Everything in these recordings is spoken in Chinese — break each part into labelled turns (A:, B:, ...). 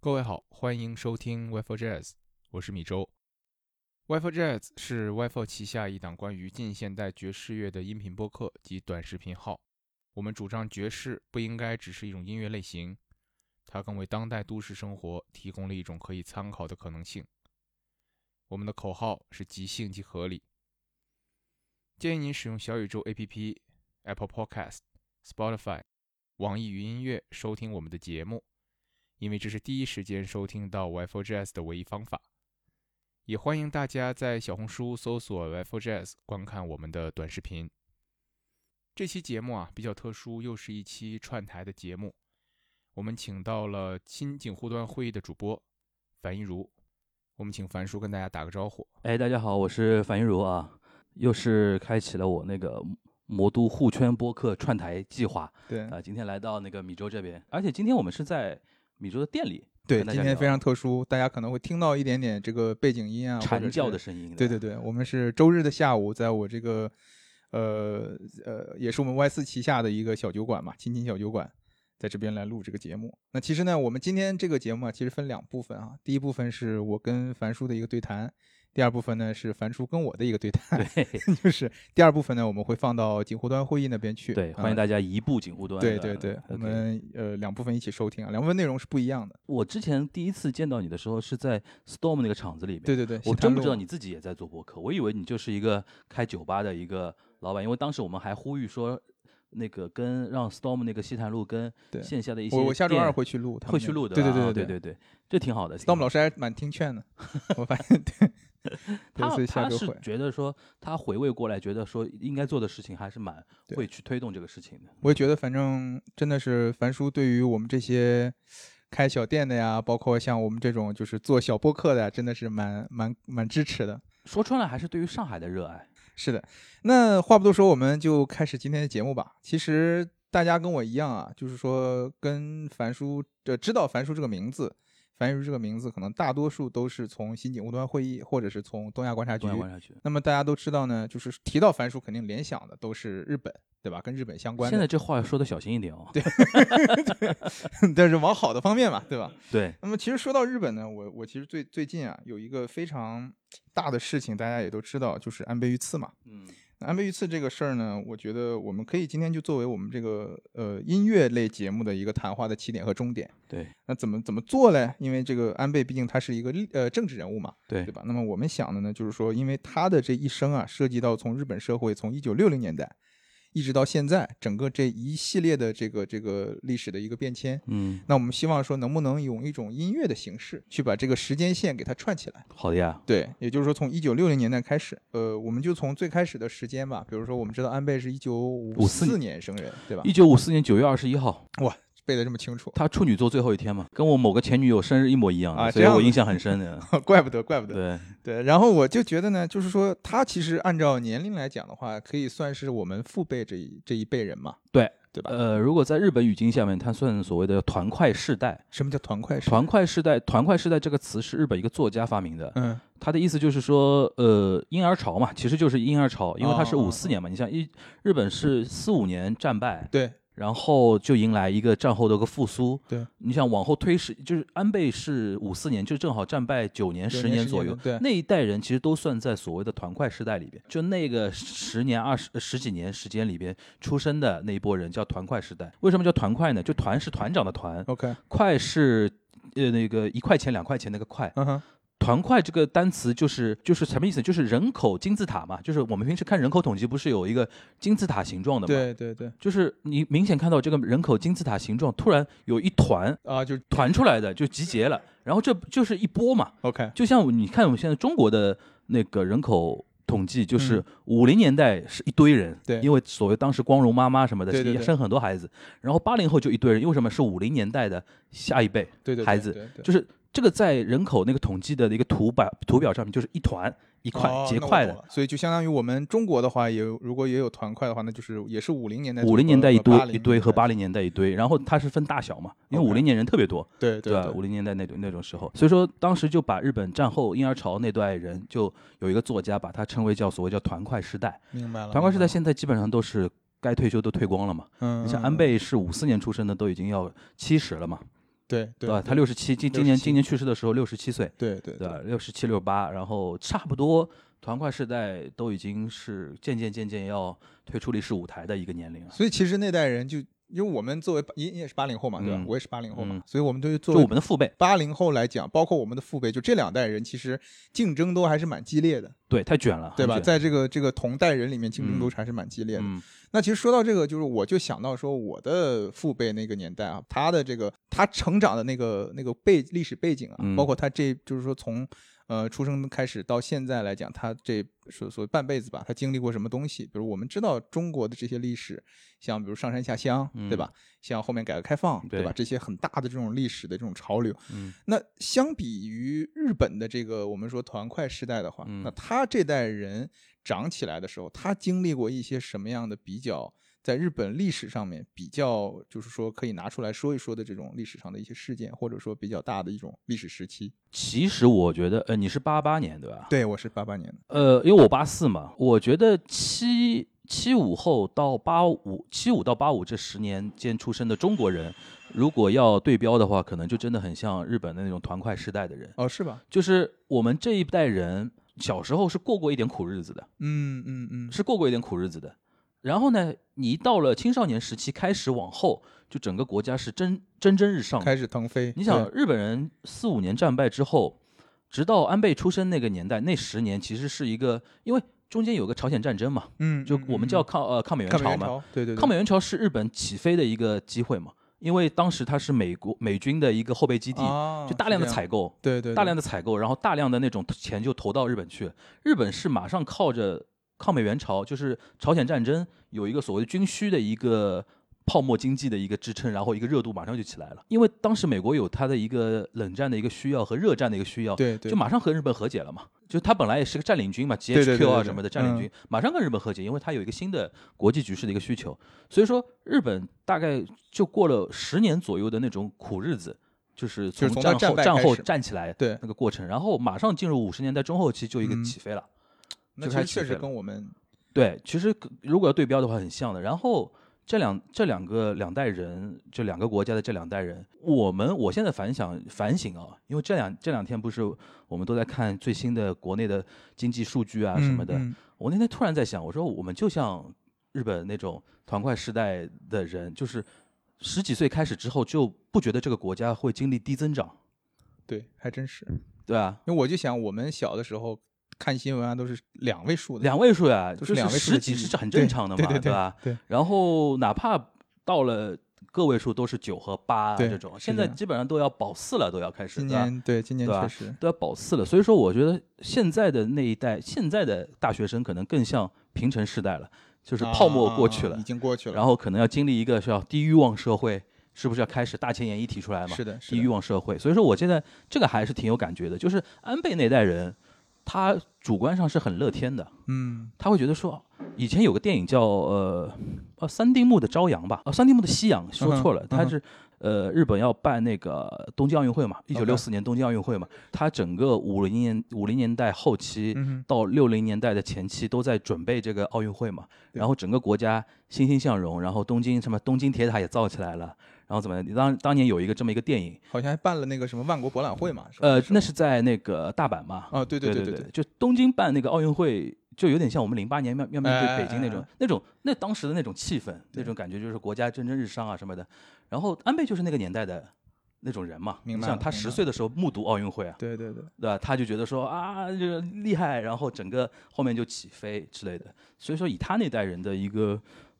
A: 各位好，欢迎收听 WiFi Jazz，我是米周。WiFi Jazz 是 WiFi 旗下一档关于近现代爵士乐的音频播客及短视频号。我们主张爵士不应该只是一种音乐类型，它更为当代都市生活提供了一种可以参考的可能性。我们的口号是即兴即合理。建议您使用小宇宙 APP、Apple Podcast、Spotify、网易云音乐收听我们的节目。因为这是第一时间收听到 w i f i Jazz 的唯一方法。也欢迎大家在小红书搜索 w i f i Jazz 观看我们的短视频。这期节目啊比较特殊，又是一期串台的节目。我们请到了新景户端会议的主播樊一茹，我们请樊叔跟大家打个招呼。
B: 哎，大家好，我是樊云茹啊，又是开启了我那个魔都互圈播客串台计划
C: 对
B: 啊、今天来到那个米州这边，而且今天我们是在米州的店里，
C: 对，
B: 跟大
C: 今
B: 家
C: 天
B: 聊
C: 非常特殊，大家可能会听到一点点这个背景音啊，或者
B: 蝉叫
C: 是
B: 的。声音，啊
C: 对
B: 吧
C: 对对，我们是周日的下午，在我这个呃呃，也是我们 Y 四旗下的一个小酒馆嘛，亲亲小酒馆，在这边来录这个节目。那其实呢，我们今天这个节目啊，其实分两部分啊，第一部分是我跟樊叔的一个对谈。第二部分呢是樊叔跟我的一个对谈， 就是第二部分呢我们会放到锦湖端会议那边去。
B: 对，欢迎
C: 家。
B: 大家移步警户端、
C: 对对对，我
B: OK
C: 们呃两部分一起收听啊，两部分内容是不一样的。
B: 我之前第一次见到你的时候是在 Storm 那个厂子里面，
C: 对对对，
B: 我
C: 西
B: 真
C: 坛
B: 不知
C: 路
B: 道你自己也在做播客，我以为你就是一个开酒吧的一个老板，因为当时我们还呼吁说，那个跟让 Storm 那个西坛路跟
C: 对
B: 线下的一些
C: 我我下周二
B: 店
C: 会去录，他们
B: 会
C: 那
B: 去
C: 个
B: 录的吧，
C: 对对
B: 啊
C: 对
B: 对对，这挺好的。
C: s t o m 老
B: 师
C: 师还蛮听 劝的，我发现 对，对所
B: 他
C: 以下
B: 他
C: 周
B: 是
C: 会。
B: 觉得说，他回味过来，觉得说应该做的事情还是蛮
C: 对
B: 会去推动这个事情的。
C: 我也觉得，反正真的是樊叔对于我们这些开小店的呀，包括像我们这种就是做小播客的呀，真的是蛮蛮蛮支持的。
B: 说穿了，还是对于上海的热爱。
C: 是的，那话不多说，我们就开始今天的节目吧。其实大家跟我一样啊，就是说跟樊叔，呃，知道樊叔这个名字，樊叔这个名字，可能大多数都是从新景无端会议，或者是从东亚观察局
B: 东亚观察局，
C: 那么大家都知道呢，就是提到樊叔，肯定联想的都是日本，对吧？跟日本相关
B: 现在
C: 的，
B: 这话说的小心一点哦。对
C: 但是往好的方面嘛，对吧？
B: 对，
C: 那么其实说到日本呢，我我其实最最近啊有一个非常大的事情，大家也都知道，就是安倍遇刺嘛。
B: 嗯，
C: 那安倍遇刺这个事儿呢，我觉得我们可以今天就作为我们这个呃音乐类节目的一个谈话的起点和终点。
B: 对
C: 那怎么怎么做嘞？因为这个安倍毕竟他是一个历呃政治人物嘛，
B: 对
C: 对吧？那么我们想的呢，就是说，因为他的这一生啊，涉及到从日本社会从一九六零年代一直到现在，整个这一系列的这个这个历史的一个变迁。
B: 嗯，
C: 那我们希望说，能不能用一种音乐的形式去把这个时间线给它串起来？
B: 好的呀，
C: 对，也就是说，从一九六零年代开始，呃，我们就从最开始的时间吧，比如说，我们知道安倍是一九五
B: 54
C: 四年生人，对吧
B: 一？九五四年九月二十一号，
C: 背的这么清楚，
B: 他处女座最后一天嘛，跟我某个前女友生日一模一样的
C: 啊
B: 所以
C: 这样
B: 我
C: 子
B: 印象很深 的。
C: 怪不得，怪不得。
B: 对，
C: 对，然后我就觉得呢，就是说他其实按照年龄来讲的话，可以算是我们父辈这一这一辈人嘛。
B: 对，
C: 对吧？
B: 呃，如果在日本语境下面，它算所谓的团块世代。
C: 什么叫团块式？
B: 团块世代，团块世代这个词是日本一个作家发明的，
C: 嗯，
B: 他的意思就是说，呃，婴儿潮嘛，其实就是婴儿潮，因为它是
C: 哦哦
B: 五四年嘛，你像一日本是四五年战败，
C: 对
B: 然后就迎来一个战后的一个复苏。
C: 对，
B: 你想往后推十，就是安倍是五四年，就正好战败九年、
C: 九
B: 十
C: 年
B: 年
C: 十
B: 左
C: 年
B: 右，
C: 对
B: 那一代人其实都算在所谓的团块世代里边，就那个十年、二十呃十几年时间里边出生的那一波人叫团块世代。为什么叫团块呢？就团是团长的团，
C: ，OK，
B: 块是呃那个一块钱、两块钱那个块，
C: 嗯哼，
B: 团块这个单词就是就是什么意思？就是人口金字塔嘛，就是我们平时看人口统计不是有一个金字塔形状的嘛？，
C: 对对对，
B: 就是你明显看到这个人口金字塔形状突然有一团
C: 啊，就是
B: 团出来的，就集结了，然后这就是一波嘛。
C: OK，
B: 就像你看我们现在中国的那个人口统计，就是
C: 嗯
B: 五零年代是一堆人，
C: 对
B: 因为所谓当时光荣妈妈什么的，
C: 对对对
B: 生很多孩子，然后八零后就一堆人，因为什么是五零年代的下一辈？
C: 对对对
B: 孩子
C: 对对
B: 就是这个在人口那个统计的一个图表图表上面，就是一团一块
C: 哦
B: 结
C: 那我
B: 块
C: 懂
B: 的。
C: 了所以就相当于我们中国的话，也有如果也有团块的话，那就是也是五零年代左右
B: 五零年代一
C: 和80
B: 堆一堆和八
C: 年
B: 零年代一堆，然后它是分大小嘛，因为
C: OK
B: 五零年人特别多，
C: 代对
B: 对吧？
C: 对
B: 五零年代那种那种时候，所以说当时就把日本战后婴儿潮那代人，就有一个作家把它称为叫所谓叫团块世代。
C: 明白了。
B: 团块世代
C: 明
B: 现在基本上都是该退休都退光了嘛，
C: 白了嗯，
B: 你像
C: 嗯
B: 安，
C: 嗯
B: 倍是五四年出生的，都已经要七十了嘛，
C: 对对
B: 对吧？他六十七，今今年今年去世的时候六十七岁，
C: 对对
B: 对吧？六十七六八，然后差不多团块世代都已经是渐渐渐渐要退出历史舞台的一个年龄了。
C: 所以其实那代人就因为我们作为你你也是八零后嘛，对吧？
B: 嗯
C: 我也是八零后嘛，
B: 嗯
C: 所以我们对于作
B: 就我
C: 为
B: 们的父辈，
C: 八零后来讲，包括我们的父辈，就这两代人，其实竞争都还是蛮激烈的，
B: 对，太卷了，
C: 对吧？
B: 很卷
C: 在这个这个同代人里面，竞争都
B: 嗯
C: 还是蛮激烈的。
B: 嗯
C: 那其实说到这个，就是我就想到说，我的父辈那个年代啊，他的这个他成长的那个那个背历史背景啊，
B: 嗯
C: 包括他这就是说从呃出生开始到现在来讲，他这所所半辈子吧，他经历过什么东西？比如我们知道中国的这些历史，像比如上山下乡，
B: 嗯
C: 对吧？像后面改革开放，对吧？
B: 对
C: 这些很大的这种历史的这种潮流，
B: 嗯，
C: 那相比于日本的这个我们说团块时代的话，
B: 嗯
C: 那他这代人长起来的时候，他经历过一些什么样的比较，在日本历史上面比较，就是说可以拿出来说一说的这种历史上的一些事件，或者说比较大的一种历史时期。
B: 其实我觉得，呃，你是八八年对吧？
C: 对，我是八八年的，
B: 呃，因为我八四嘛，我觉得七七五后到八五，七五到八五这十年间出生的中国人，如果要对标的话，可能就真的很像日本的那种团块世代的人，
C: 哦，是吧？
B: 就是我们这一代人小时候是过过一点苦日子的，
C: 嗯嗯嗯，
B: 是过过一点苦日子的。然后呢，你一到了青少年时期开始往后，就整个国家是蒸蒸蒸日上的，
C: 开始腾飞。
B: 你想，
C: 对，
B: 日本人四五年战败之后，直到安倍出生那个年代，那十年其实是一个，因为中间有个朝鲜战争嘛，
C: 嗯，
B: 就
C: 嗯
B: 我们
C: 嗯
B: 叫
C: 嗯
B: 抗呃抗美援
C: 抗美
B: 朝
C: 援
B: 嘛，
C: 朝，对对对，
B: 抗美援朝是日本起飞的一个机会嘛，因为当时它是美国美军的一个后备基地，
C: 啊
B: 就大
C: 是
B: 量的
C: 这样
B: 采购，
C: 对对，
B: 大
C: 对
B: 量的采购，然后大量的那种钱就投到日本去，日本是马上靠着抗美援朝，就是朝鲜战争有一个所谓的军需的一个泡沫经济的一个支撑，然后一个热度马上就起来了。因为当时美国有它的一个冷战的一个需要和热战的一个需要，
C: 对对，
B: 就马上和日本和解了嘛。就它本来也是个占领军嘛
C: 对嗯对对
B: ，GHQ
C: 对
B: 啊
C: 对
B: 什么的占领军，马上跟日本和解，因为它有一个新的国际局势的一个需求。所以说，日本大概就过了十年左右的那种苦日子，就是
C: 就是
B: 从
C: 从它
B: 战后
C: 战败
B: 战
C: 开
B: 后
C: 始
B: 站起来
C: 对
B: 那个过程，然后马上进入五十年代中后期就一个
C: 嗯
B: 起飞了。
C: 那
B: 就
C: 其
B: 开
C: 实
B: 始
C: 确
B: 起
C: 实
B: 飞
C: 跟我们
B: 对，其实可如果要对标的话，很像的。然后这两这两个两代人，这两个国家的这两代人，我们我现在反想反省啊，因为这两这两天不是我们都在看最新的国内的经济数据啊什么的，
C: 嗯嗯
B: 我那天突然在想，我说我们就像日本那种团块时代的人，就是十几岁开始之后就不觉得这个国家会经历低增长，
C: 对，还真是。
B: 对啊，
C: 因为我就想，我们小的时候看新闻啊，都是两位数的，
B: 两位数呀、
C: 都
B: 就是
C: 两位数的
B: 十几
C: 经济
B: 是很
C: 对
B: 正常的嘛，
C: 对对对
B: 吧？
C: 对
B: 然后哪怕到了个位数，都是九和八、啊、
C: 对
B: 这种，
C: 是
B: 现
C: 这
B: 在
C: 样
B: 基本上都要保四了，都要开始，
C: 今
B: 对吧
C: 年对今年
B: 对
C: 确
B: 吧
C: 实，
B: 都要保四了。所以说，我觉得现在的那一代，现在的大学生可能更像平成时代了，就是泡沫过去了，
C: 啊已经过去了。
B: 然后可能要经历一个需要低欲望社会，是不是要开始大前研一提出来嘛？
C: 是的，是
B: 低欲
C: 的，
B: 望社会。所以说，我现在这个还是挺有感觉的，就是安倍那代人，他主观上是很乐天的。
C: 嗯，
B: 他会觉得说，以前有个电影叫呃呃三丁目的朝阳吧，啊三丁目的夕阳，说错了
C: 嗯，哼
B: 他是呃日本要办那个东京奥运会
C: 嗯
B: 嘛，一九六四年东京奥运会嘛，他整个五零年五零年代后期
C: 嗯哼
B: 到六零年代的前期都在准备这个奥运会嘛，
C: 对
B: 然后整个国家欣欣向荣，然后东京什么东京铁塔也造起来了。然后怎么样？当当年有一个这么一个电影，
C: 好像还办了那个什么万国博览会嘛，是吧
B: 呃，那是在那个大阪嘛，
C: 啊，对
B: 对
C: 对
B: 对
C: 对，
B: 就东京办那个奥运会，就有点像我们零八年要要面
C: 哎
B: 对北京那种、
C: 哎哎
B: 那种那当时的那种气氛，
C: 对
B: 那种感觉就是国家蒸蒸日上啊什么的。然后安倍就是那个年代的那种人嘛，
C: 明白
B: 你想
C: 了
B: 他
C: 明
B: 十
C: 白
B: 岁的时候目睹奥运会啊，
C: 对对对，
B: 对吧？他就觉得说啊这个厉害，然后整个后面就起飞之类的。所以说以他那代人的一个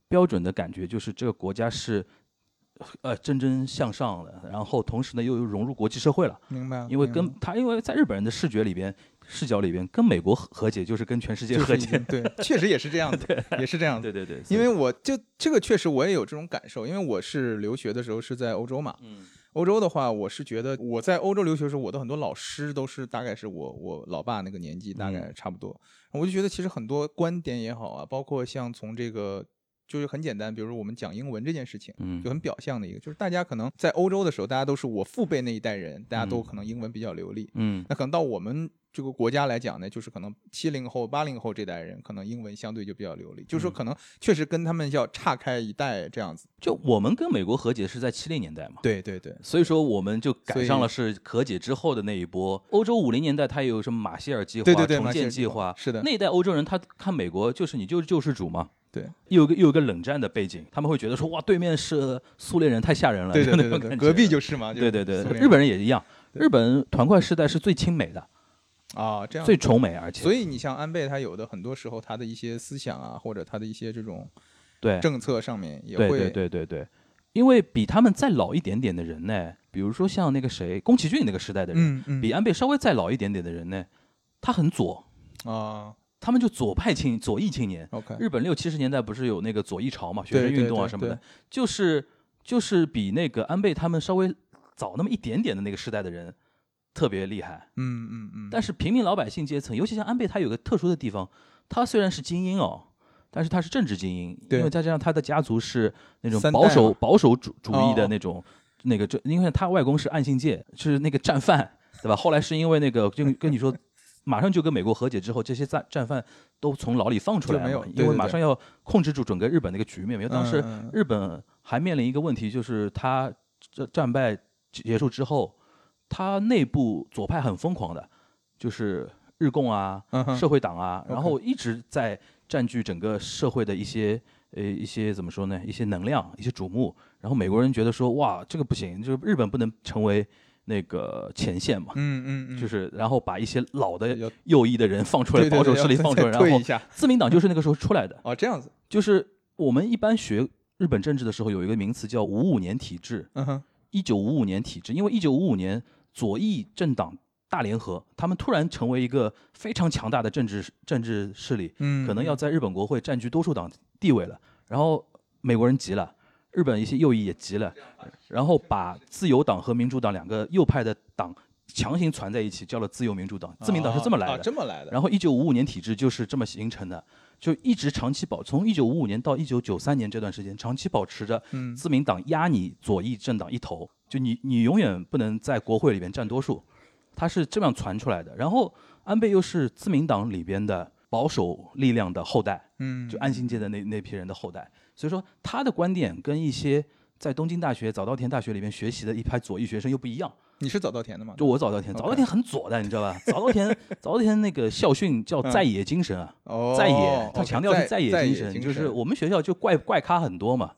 B: 标准的感觉，就是这个国家是。呃，蒸蒸向上的，然后同时呢又融入国际社会了，
C: 明白了。
B: 因为
C: 明白
B: 跟
C: 了
B: 他因为在日本人的视觉里边视角里边，跟美国和和解就是跟全世界
C: 就
B: 和
C: 是已
B: 解
C: 经。对，确实也是这样子，也是这样 子。
B: 对对对，
C: 因为我就这个确实我也有这种感受，因为我是留学的时候是在欧洲嘛，
B: 嗯
C: 欧洲的话，我是觉得我在欧洲留学的时候，我的很多老师都是大概是我我老爸那个年纪，大概差不多。我就觉得其实很多观点也好啊，包括像从这个就是很简单，比如说我们讲英文这件事情，
B: 嗯
C: 就很表象的一个，就是大家可能在欧洲的时候，大家都是我父辈那一代人，大家都
B: 嗯
C: 可能英文比较流利。
B: 嗯
C: 那可能到我们这个国家来讲呢，就是可能七零后、八零后这代人，可能英文相对就比较流利，就是说可能确实跟他们要岔开一代这样子。
B: 就我们跟美国和解是在七零年代嘛，
C: 对对对，
B: 所以说我们就
C: 所
B: 赶
C: 以
B: 上了是和解之后的那一波。欧洲五零年代它也有什么马歇尔计划、
C: 对对对
B: 重
C: 马歇
B: 建
C: 尔
B: 计
C: 计划
B: 划，
C: 是的
B: 那一代欧洲人他看美国就是你就是救世主嘛。
C: 对，
B: 又有个又有个冷战的背景，他们会觉得说哇，对面是苏联人，太吓人了。
C: 对对
B: 就
C: 对
B: 那种
C: 对对，
B: 感
C: 隔
B: 觉
C: 壁就是嘛，就是
B: 对对对，
C: 苏
B: 对
C: 联
B: 日本人也一样。
C: 对
B: 日本团块世代是最亲美的，
C: 啊这样
B: 最崇美，而且
C: 所以你像安倍，他有的很多时候他的一些思想啊，或者他的一些这种
B: 对
C: 政策上面也
B: 对
C: 会
B: 对对对对，因为比他们再老一点点的人呢，比如说像那个谁宫崎骏那个时代的人，
C: 嗯嗯
B: 比安倍稍微再老一点点的人呢，他很左，
C: 啊
B: 他们就左派青左翼青年。
C: OK
B: 日本六七十年代不是有那个左翼潮嘛，学
C: 对
B: 生
C: 对
B: 运动啊
C: 对
B: 什么
C: 对
B: 的，就是就是比那个安倍他们稍微早那么一点点的那个时代的人特别厉害。
C: 嗯嗯嗯，
B: 但是平民老百姓阶层，尤其像安倍，他有个特殊的地方，他虽然是精英哦，但是他是政治精英，
C: 对
B: 因为再加上他的家族是那种
C: 三代
B: 保守
C: 嘛
B: 保守主主义的
C: 哦
B: 那种、那个政，因为他外公是岸信介，是那个战 犯，对吧？后来是因为那个就跟你说。马上就跟美国和解之后，这些战战犯都从牢里放出
C: 就
B: 来
C: 没
B: 嘛
C: 有对
B: 因为
C: 对
B: 马
C: 对
B: 上要控制住整个日本那个局面。因为当时
C: 嗯嗯嗯
B: 日本还面临一个问题，就是他这战败结束之后，他内部左派很疯狂的，就是日共啊、
C: 嗯哼
B: 社会党啊，然
C: OK
B: 后一直在占据整个社会的一些呃一些怎么说呢，一些能量、一些瞩目。然后美国人觉得说，哇，这个不行，就是日本不能成为那个前线嘛，
C: 嗯嗯嗯，
B: 就是是然后把一些老的
C: 要
B: 右翼的人放出
C: 对
B: 来，
C: 对对
B: 保守
C: 要
B: 势力
C: 再
B: 放
C: 再
B: 出来，然
C: 退
B: 后
C: 一下
B: 自民党就是那个时候出来的。
C: 哦这样子，
B: 就是我们一般学日本政治的时候，有一个名词叫“五五年体制”。
C: 嗯哼
B: 一九五五年体制，因为一九五五年左翼政党大联合，他们突然成为一个非常强大的政治政治势力，
C: 嗯，
B: 可能要在日本国会占据多数党地位了。然后美国人急了，日本一些右翼也急了，然后把自由党和民主党两个右派的党强行攒在一起，叫了自由民主党。自民党是这么来
C: 啊
B: 的，
C: 啊这么来的，
B: 然后一九五五年体制就是这么形成的，就一直长期保，从一九五五年到一九九三年这段时间，长期保持着
C: 嗯
B: 自民党压你左翼政党一头，就你你永远不能在国会里边占多数，他是这样传出来的。然后安倍又是自民党里边的保守力量的后代，
C: 嗯
B: 就安信界的那那批人的后代，所以说他的观点跟一些。在东京大学、早稻田大学里边学习的一派左翼学生又不一样，
C: 你是早稻田的吗？
B: 就我早稻田，
C: OK
B: 早稻田很左的，你知道吧？早稻田，早稻田那个校训叫在野精神啊，
C: 嗯哦，
B: 在野，他
C: OK，
B: 强调是
C: 在
B: 野
C: 在
B: 精
C: 野
B: 神，
C: 精
B: 就是
C: 神
B: 我们学校就怪怪咖很多 嘛，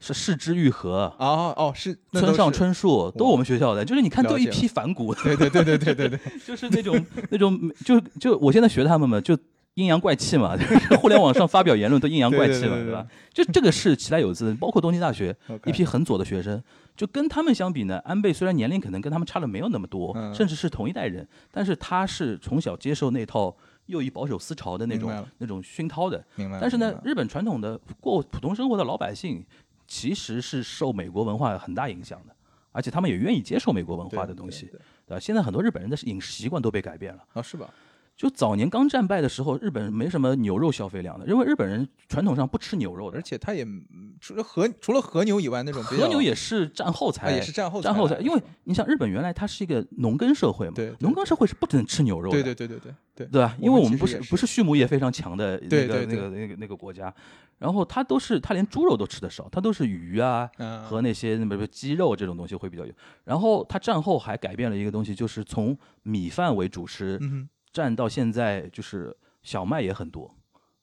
B: 是市之愈合、
C: 哦哦是那
B: 村
C: 都
B: 上
C: 是
B: 春树都
C: 哇
B: 我们学校的，就是你看
C: 了
B: 都一
C: 解
B: 批反骨，
C: 对对对对对对对，
B: 就是那种那种就就我现在学他们嘛，就阴阳怪气嘛， 就是互联网上发表言论都阴阳
C: 对
B: 怪
C: 对
B: 气
C: 对
B: 嘛，
C: 对
B: 对吧？就这个是其来有自，包括东京大学
C: OK
B: 一批很左的学生，就跟他们相比呢，安倍虽然年龄可能跟他们差的没有那么多，
C: 嗯
B: 甚至是同一代人，但是他是从小接受那套右翼保守思潮的那种
C: 明白了
B: 那种熏陶的，
C: 明白了。
B: 但是
C: 明
B: 呢
C: 白，了，
B: 日本传统的过普通生活的老百姓，其实是受美国文化很大影响的，而且他们也愿意接受美国文
C: 对
B: 化的
C: 对
B: 东西，
C: 对
B: 对吧？现在很多日本人的饮食习惯都被改变了。
C: 啊是吧？
B: 就早年刚战败的时候，日本没什么牛肉消费量的，因为日本人传统上不吃牛肉的
C: 而，且他也嗯除了和除了和牛以外，那种比
B: 和牛
C: 较
B: 也是战后才、
C: 啊也是战后
B: 战
C: 才
B: 后
C: 来
B: 才，
C: 的
B: 因为
C: 是吧
B: 你像日本原来它是一个农耕社会嘛，
C: 对对
B: 农耕社会是不能吃牛肉的，
C: 对对对对对对
B: 对吧？因为我们
C: 其
B: 不
C: 实
B: 是
C: 也
B: 不是畜牧业非常强的那
C: 对
B: 个
C: 对
B: 那个那个那个国家，然后它都是它连猪肉都吃的少，它都是鱼啊
C: 嗯
B: 和那些那么鸡肉这种东西会比较有。然后它战后还改变了一个东西，就是从米饭为主食，
C: 嗯哼
B: 战到现在就是小麦也很多，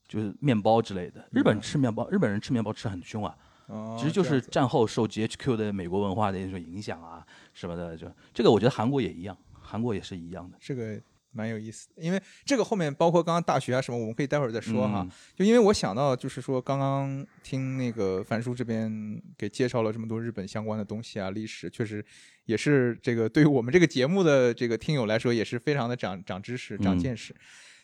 B: 就是面包之类的。日
C: 嗯
B: 本吃面包，日本人吃面包吃很凶啊，
C: 哦
B: 其实就
C: 这样
B: 是
C: 子
B: 战后受 GHQ 的美国文化的一种影响啊什么的，就这个我觉得韩国也一样，韩国也是一样的。
C: 这个蛮有意思的，因为这个后面包括刚刚大学啊什么，我们可以待会儿再说哈。
B: 嗯
C: 就因为我想到，就是说刚刚听那个樊叔这边给介绍了这么多日本相关的东西啊，历史确实也是这个对于我们这个节目的这个听友来说，也是非常的长长知识、长
B: 嗯
C: 见识。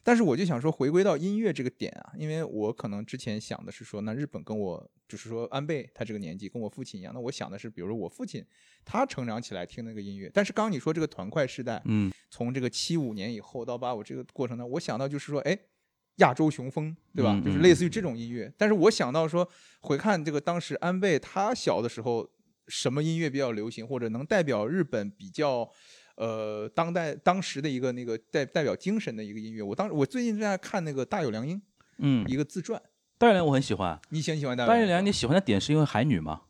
C: 但是我就想说，回归到音乐这个点啊，因为我可能之前想的是说，那日本跟我就是说安倍他这个年纪跟我父亲一样，那我想的是，比如说我父亲他成长起来听那个音乐，但是刚刚你说这个团块时代，
B: 嗯
C: 从这个七五年以后到八五这个过程呢，我想到就是说，哎，亚洲雄风，对吧？
B: 嗯
C: 就是
B: 嗯
C: 类似于这种音乐。但是我想到说，回看这个当时安倍他小的时候，什么音乐比较流行，或者能代表日本比较。呃，当代当时的一个那个代代表精神的一个音乐，我当时我最近正在看那个大友良英
B: 嗯，
C: 一个自传，
B: 大月良我很喜欢，
C: 你喜不喜欢大友
B: 大月
C: 良
B: 良你喜欢的点是因为海女吗？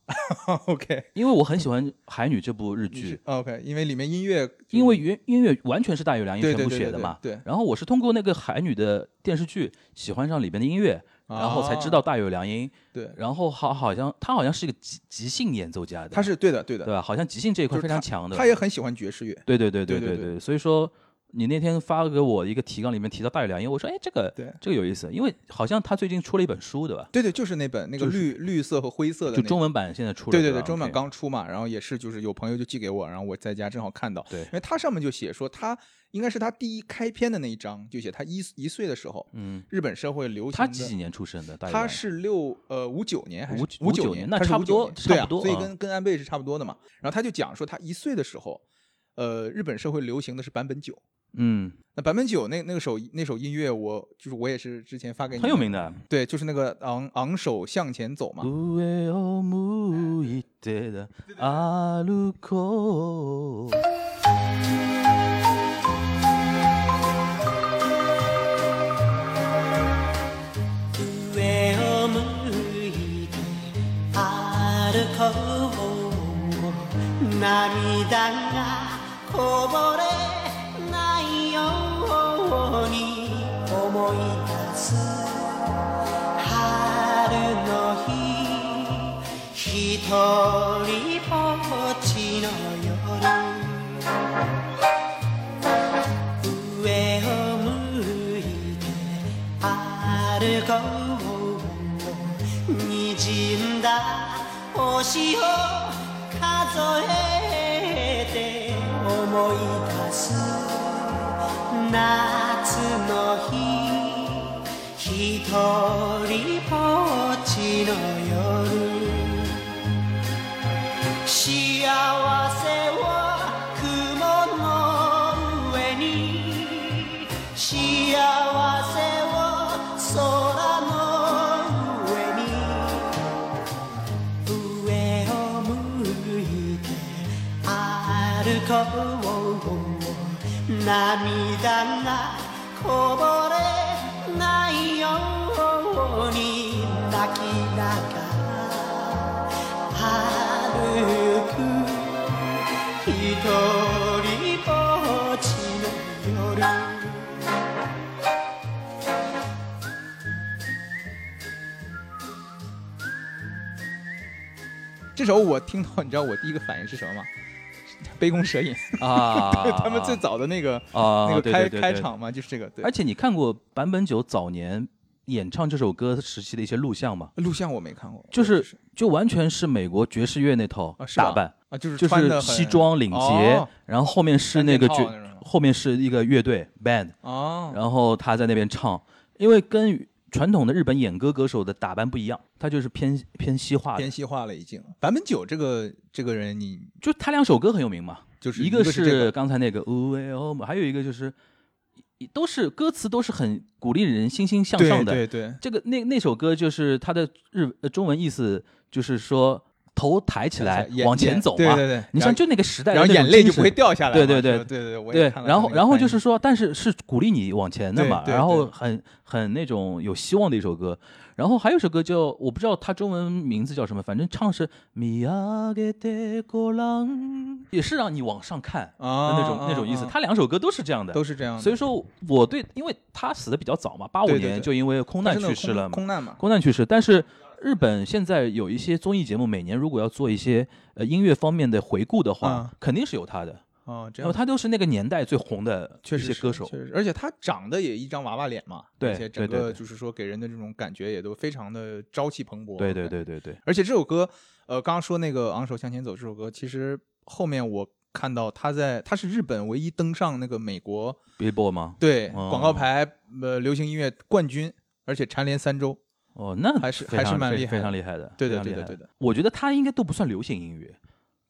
C: 英 ？OK，
B: 因为我很喜欢海女这部日
C: 你是
B: 剧，
C: OK，因为里面音乐就是，
B: 因为原音乐完全是大月良一
C: 对
B: 全
C: 对
B: 部
C: 对
B: 写
C: 对
B: 的
C: 对
B: 嘛。
C: 对，
B: 然后我是通过那个海女的电视剧喜欢上里边的音乐，然后才知道
C: 啊
B: 大有良音。
C: 对，
B: 然后好好像他好像是一个即即兴演奏家的，
C: 他是对的，对的
B: 对，吧？好像即兴这一块
C: 就是
B: 非常强的。
C: 他也很喜欢爵士乐，
B: 对对对
C: 对
B: 对
C: 对
B: 对，所以说你那天发给我一个提纲，里面提到大有良音，我说哎这个
C: 对
B: 这个有意思，因为好像他最近出了一本书，对吧？
C: 对对，就是那本那个
B: 就是
C: 绿绿色和灰色的那
B: 就
C: 个，
B: 中文版现在出了，
C: 对对
B: 吧
C: 对，中版
B: OK
C: 刚出嘛，然后也是就是有朋友就寄给我，然后我在家正好看到，
B: 对
C: 因为它上面就写说他应该是他第一开篇的那一章就写他一一岁的时候，
B: 嗯，
C: 日本社会流行
B: 他几几
C: 的。
B: 年出生的？大有良
C: 他
B: 音
C: 是六呃五九年还是
B: 五
C: 五
B: 59
C: 年？
B: 年那
C: 他是
B: 差不
C: 59
B: 多
C: 年
B: 差
C: 对
B: 不
C: 啊
B: 多
C: 所以
B: 啊
C: 跟跟安倍是差不多的嘛。然后他就讲说他一岁的时候，呃，日本社会流行的是版本九。
B: 嗯
C: 那版本九那那个首那首音乐我，就是我也是之前发给你
B: 很有
C: 的
B: 名的。嗯
C: 对，就是那个昂昂首向前走嘛。
B: 上を向いてだ歩こう
D: 上を向いて歩こう涙がこぼれないように思い出す春の日一人ぼっちの夜上を向いて歩こうにじんだ星を数えて思い出す夏の日一人ぼっちの夜幸せは雲の上に幸せは空の上に上を向いて歩こう涙がこぼれないように泣きながら歩く一人ぼっちの夜
C: 这首我听到，你知道我第一个反应是什么吗？杯弓蛇影，，
B: 啊
C: 他们最早的那个、
B: 啊
C: 那个
B: 对
C: 开
B: 对哎对
C: 开
B: 对
C: 场嘛，就是这个。对
B: 而，且你看过坂本九早年演唱这首歌时期的一些录像吗？
C: 录像我没看过，
B: 就
C: 我只
B: 是就完全是美国爵士乐那套
C: 啊，是吧
B: 打扮，
C: 啊，就是
B: 就
C: 穿
B: 是
C: 得很
B: 西装领结
C: 哦，
B: 然后后面是那个
C: 三件套那
B: 爵
C: 种，
B: 后面是一个乐队 band，
C: 哦，
B: 然后他在那边唱，因为跟传统的日本演歌歌手的打扮不一样，他就是偏偏西化的
C: 偏西化了已经。坂本九这个这个人，你
B: 就他两首歌很有名嘛，
C: 就是
B: 一
C: 一个是这
B: 是
C: 个
B: 刚才那个 o v o 还有一个就是都是歌词都是很鼓励人欣欣向上的。
C: 对对对，
B: 这个那那首歌就是它的日呃中文意思就是说头抬起来
C: 眼
B: 往前走嘛。
C: 对对对，
B: 你
C: 然
B: 像
C: 后
B: 就那个时代的
C: 然后
B: 那种
C: 眼泪
B: 精
C: 就不会
B: 神
C: 掉下来嘛。
B: 对对对
C: 是吧对对对，我也
B: 对，
C: 看了
B: 然后
C: 那个
B: 然后
C: 翻译
B: 就是说，但是是鼓励你往前的
C: 对
B: 嘛，
C: 对
B: 然后
C: 对
B: 很很那种有希望的一首歌。然后还有一首歌叫我不知道它中文名字叫什么，反正唱是米亚给的过浪，也是让你往上看的
C: 啊
B: 那种那种意思
C: 啊。啊
B: 它两首歌都是这样的，
C: 都是这样的，
B: 所以说我对，因为他死的比较早嘛，八五
C: 对对
B: 年
C: 对
B: 就因为空
C: 他
B: 难
C: 是那
B: 去
C: 种
B: 世了嘛，
C: 空空难嘛，
B: 空难去世。但是日本现在有一些综艺节目，每年如果要做一些呃音乐方面的回顾的话，肯定是有他的。
C: 哦，嗯这
B: 然
C: 样
B: 后他都是那个年代最红的
C: 确
B: 一
C: 实
B: 些
C: 是
B: 歌手
C: 确，实，而且他长得也一张娃娃脸嘛，
B: 对
C: 而且整
B: 对对
C: 个
B: 对
C: 就是说给人的这种感觉也都非常的朝气蓬勃。啊
B: 对对，对对对，
C: 而且这首歌，呃，刚刚说那个《昂首向前走》这首歌，其实后面我看到他在他是日本唯一登上那个美国
B: Billboard 吗？
C: 对
B: 哦
C: 广告牌呃流行音乐冠军，而且蝉联三周。
B: 哦，那
C: 还是
B: 非常
C: 还是蛮
B: 非
C: 厉害的
B: 非常厉害的，
C: 对
B: 非
C: 的
B: 常厉
C: 对
B: 害
C: 的对的。
B: 我觉得他应该都不算流行音乐，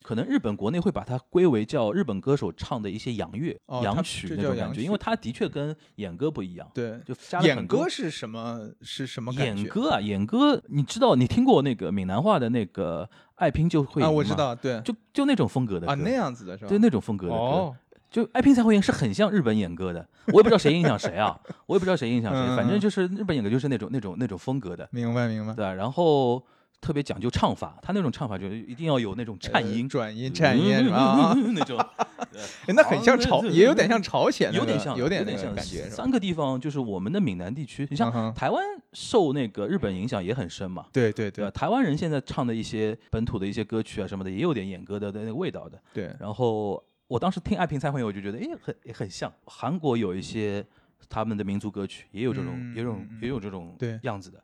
B: 可能日本国内会把它归为叫日本歌手唱的一些洋乐、
C: 哦它
B: 洋曲
C: 这
B: 那
C: 叫
B: 种
C: 洋
B: 感觉，
C: 曲
B: 因为它的确跟演歌不一样，
C: 对，
B: 就加了
C: 演
B: 很多
C: 歌是什么？是什么感觉？
B: 演歌啊，演歌，你知道你听过那个闽南话的那个爱拼就会赢
C: 啊，我知
B: 吗，
C: 道，对，
B: 就就那种风格的歌
C: 啊那样子的是吧？
B: 对那种风格的歌，
C: 哦，
B: 就爱拼才会赢是很像日本演歌的，我也不知道谁影响谁啊，我也不知道谁影响
C: 嗯嗯
B: 谁，反
C: 嗯
B: 正就是日本演歌就是那种那种那种风格的，
C: 明白明白。
B: 对吧？然后特别讲究唱法，他那种唱法就是一定要有那种颤
C: 呃
B: 音，嗯
C: 转音、颤音是吧？啊，
B: 那种，
C: 哎那很像
B: 对
C: 朝，
B: 对
C: 也有点像朝鲜那
B: 哦有
C: 个，
B: 点像，
C: 有点
B: 点
C: 那个
B: 像
C: 感觉是吧？
B: 三个地方就是我们的闽南地区，你
C: 嗯哼
B: 像台湾受那个日本影响也很深嘛，
C: 对对
B: 对吧？
C: 对
B: 台湾人现在唱的一些本土的一些歌曲啊什么的，也有点演歌的的那个味道的。
C: 对，
B: 然后我当时听《爱拼才会赢》，我就觉得，哎，很也很像韩国有一些他们的民族歌曲，也有这种，
C: 嗯
B: 也有这种
C: 嗯嗯
B: 也有这种
C: 对
B: 样子的，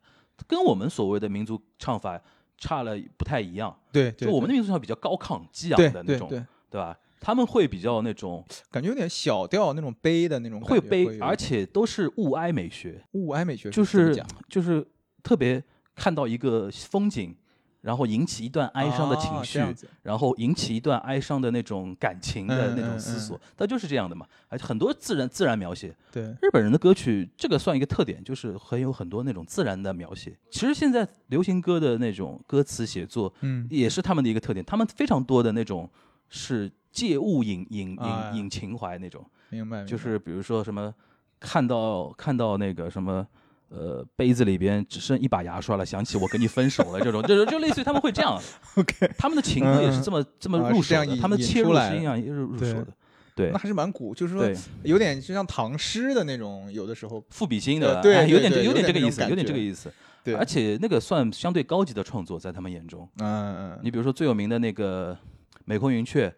B: 跟我们所谓的民族唱法差了不太一样。
C: 对对，
B: 就我们的
C: 对
B: 民族唱法比较高亢激昂
C: 对
B: 的那
C: 对
B: 种，
C: 对，
B: 对吧？他们会比较那种
C: 感觉有点小调那种悲的那种感觉，
B: 会
C: 悲，
B: 悲，而且都是物哀美学，
C: 物哀美学
B: 就
C: 怎么
B: 是
C: 讲
B: 就是特别看到一个风景，然后引起一段哀伤的
C: 啊
B: 情
C: 这
B: 绪，
C: 样子
B: 然后引起一段哀伤的那种感情的
C: 嗯
B: 那种
C: 嗯
B: 思
C: 嗯
B: 索，它就是这样的嘛。而且很多自然自然描写，
C: 对，
B: 日本人的歌曲这个算一个特点，就是很有很多那种自然的描写。其实现在流行歌的那种歌词写作
C: 嗯，
B: 也是他们的一个特点，他们非常多的那种是借物引引
C: 啊
B: 引引情怀那种，
C: 明白，明白
B: 就是比如说什么看到看到那个什么。呃，杯子里边只剩一把牙刷了，想起我跟你分手了，这种，就是就类似于他们会这样，
C: OK，
B: 他们的情歌也是这么、这么
C: 嗯啊
B: 入
C: 是这
B: 手
C: 样
B: 的，
C: 引
B: 他们
C: 引
B: 切
C: 出
B: 入是
C: 来
B: 这样入入
C: 对
B: 手的，对
C: 那还是蛮古，就是说
B: 对，
C: 有点就像唐诗的那种，有的时候
B: 赋比兴
C: 呃
B: 的，
C: 对
B: 哎有
C: 对
B: 点这
C: 对有
B: 有点
C: 点
B: 这个意
C: 那种
B: 思，
C: 感
B: 有点这
C: 觉
B: 个意思，
C: 对，
B: 而且那个算相对高级的创作，在他们眼中，
C: 嗯嗯
B: 你比如说最有名的那个《美空云雀》。呃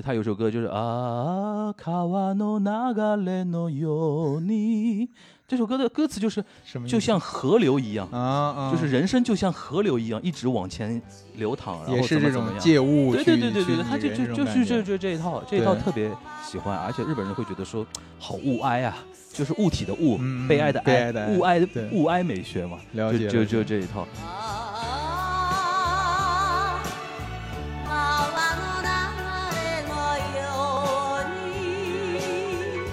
B: 他有首歌就是啊，卡瓦诺那嘎雷诺尤尼，这首歌的歌词就是
C: 什么意
B: 就像河流一样，
C: 啊啊，
B: 就是人生就像河流一样，一直往前流淌，然后
C: 也是
B: 怎么
C: 这
B: 怎么
C: 种
B: 样
C: 借物
B: 对
C: 去
B: 对对对
C: 去
B: 对，他
C: 拟
B: 就
C: 人
B: 就
C: 这种
B: 就
C: 感
B: 是
C: 觉
B: 就就这一套，这一套
C: 对
B: 特别喜欢，而且日本人会觉得说好物哀啊，就是物体的物
C: 嗯，
B: 悲哀的
C: 悲哀的哀
B: 物哀
C: 对
B: 物哀美学嘛，
C: 了
B: 就
C: 解了
B: 就
C: 解
B: 就这一套。
D: 「ああ川の流れのように」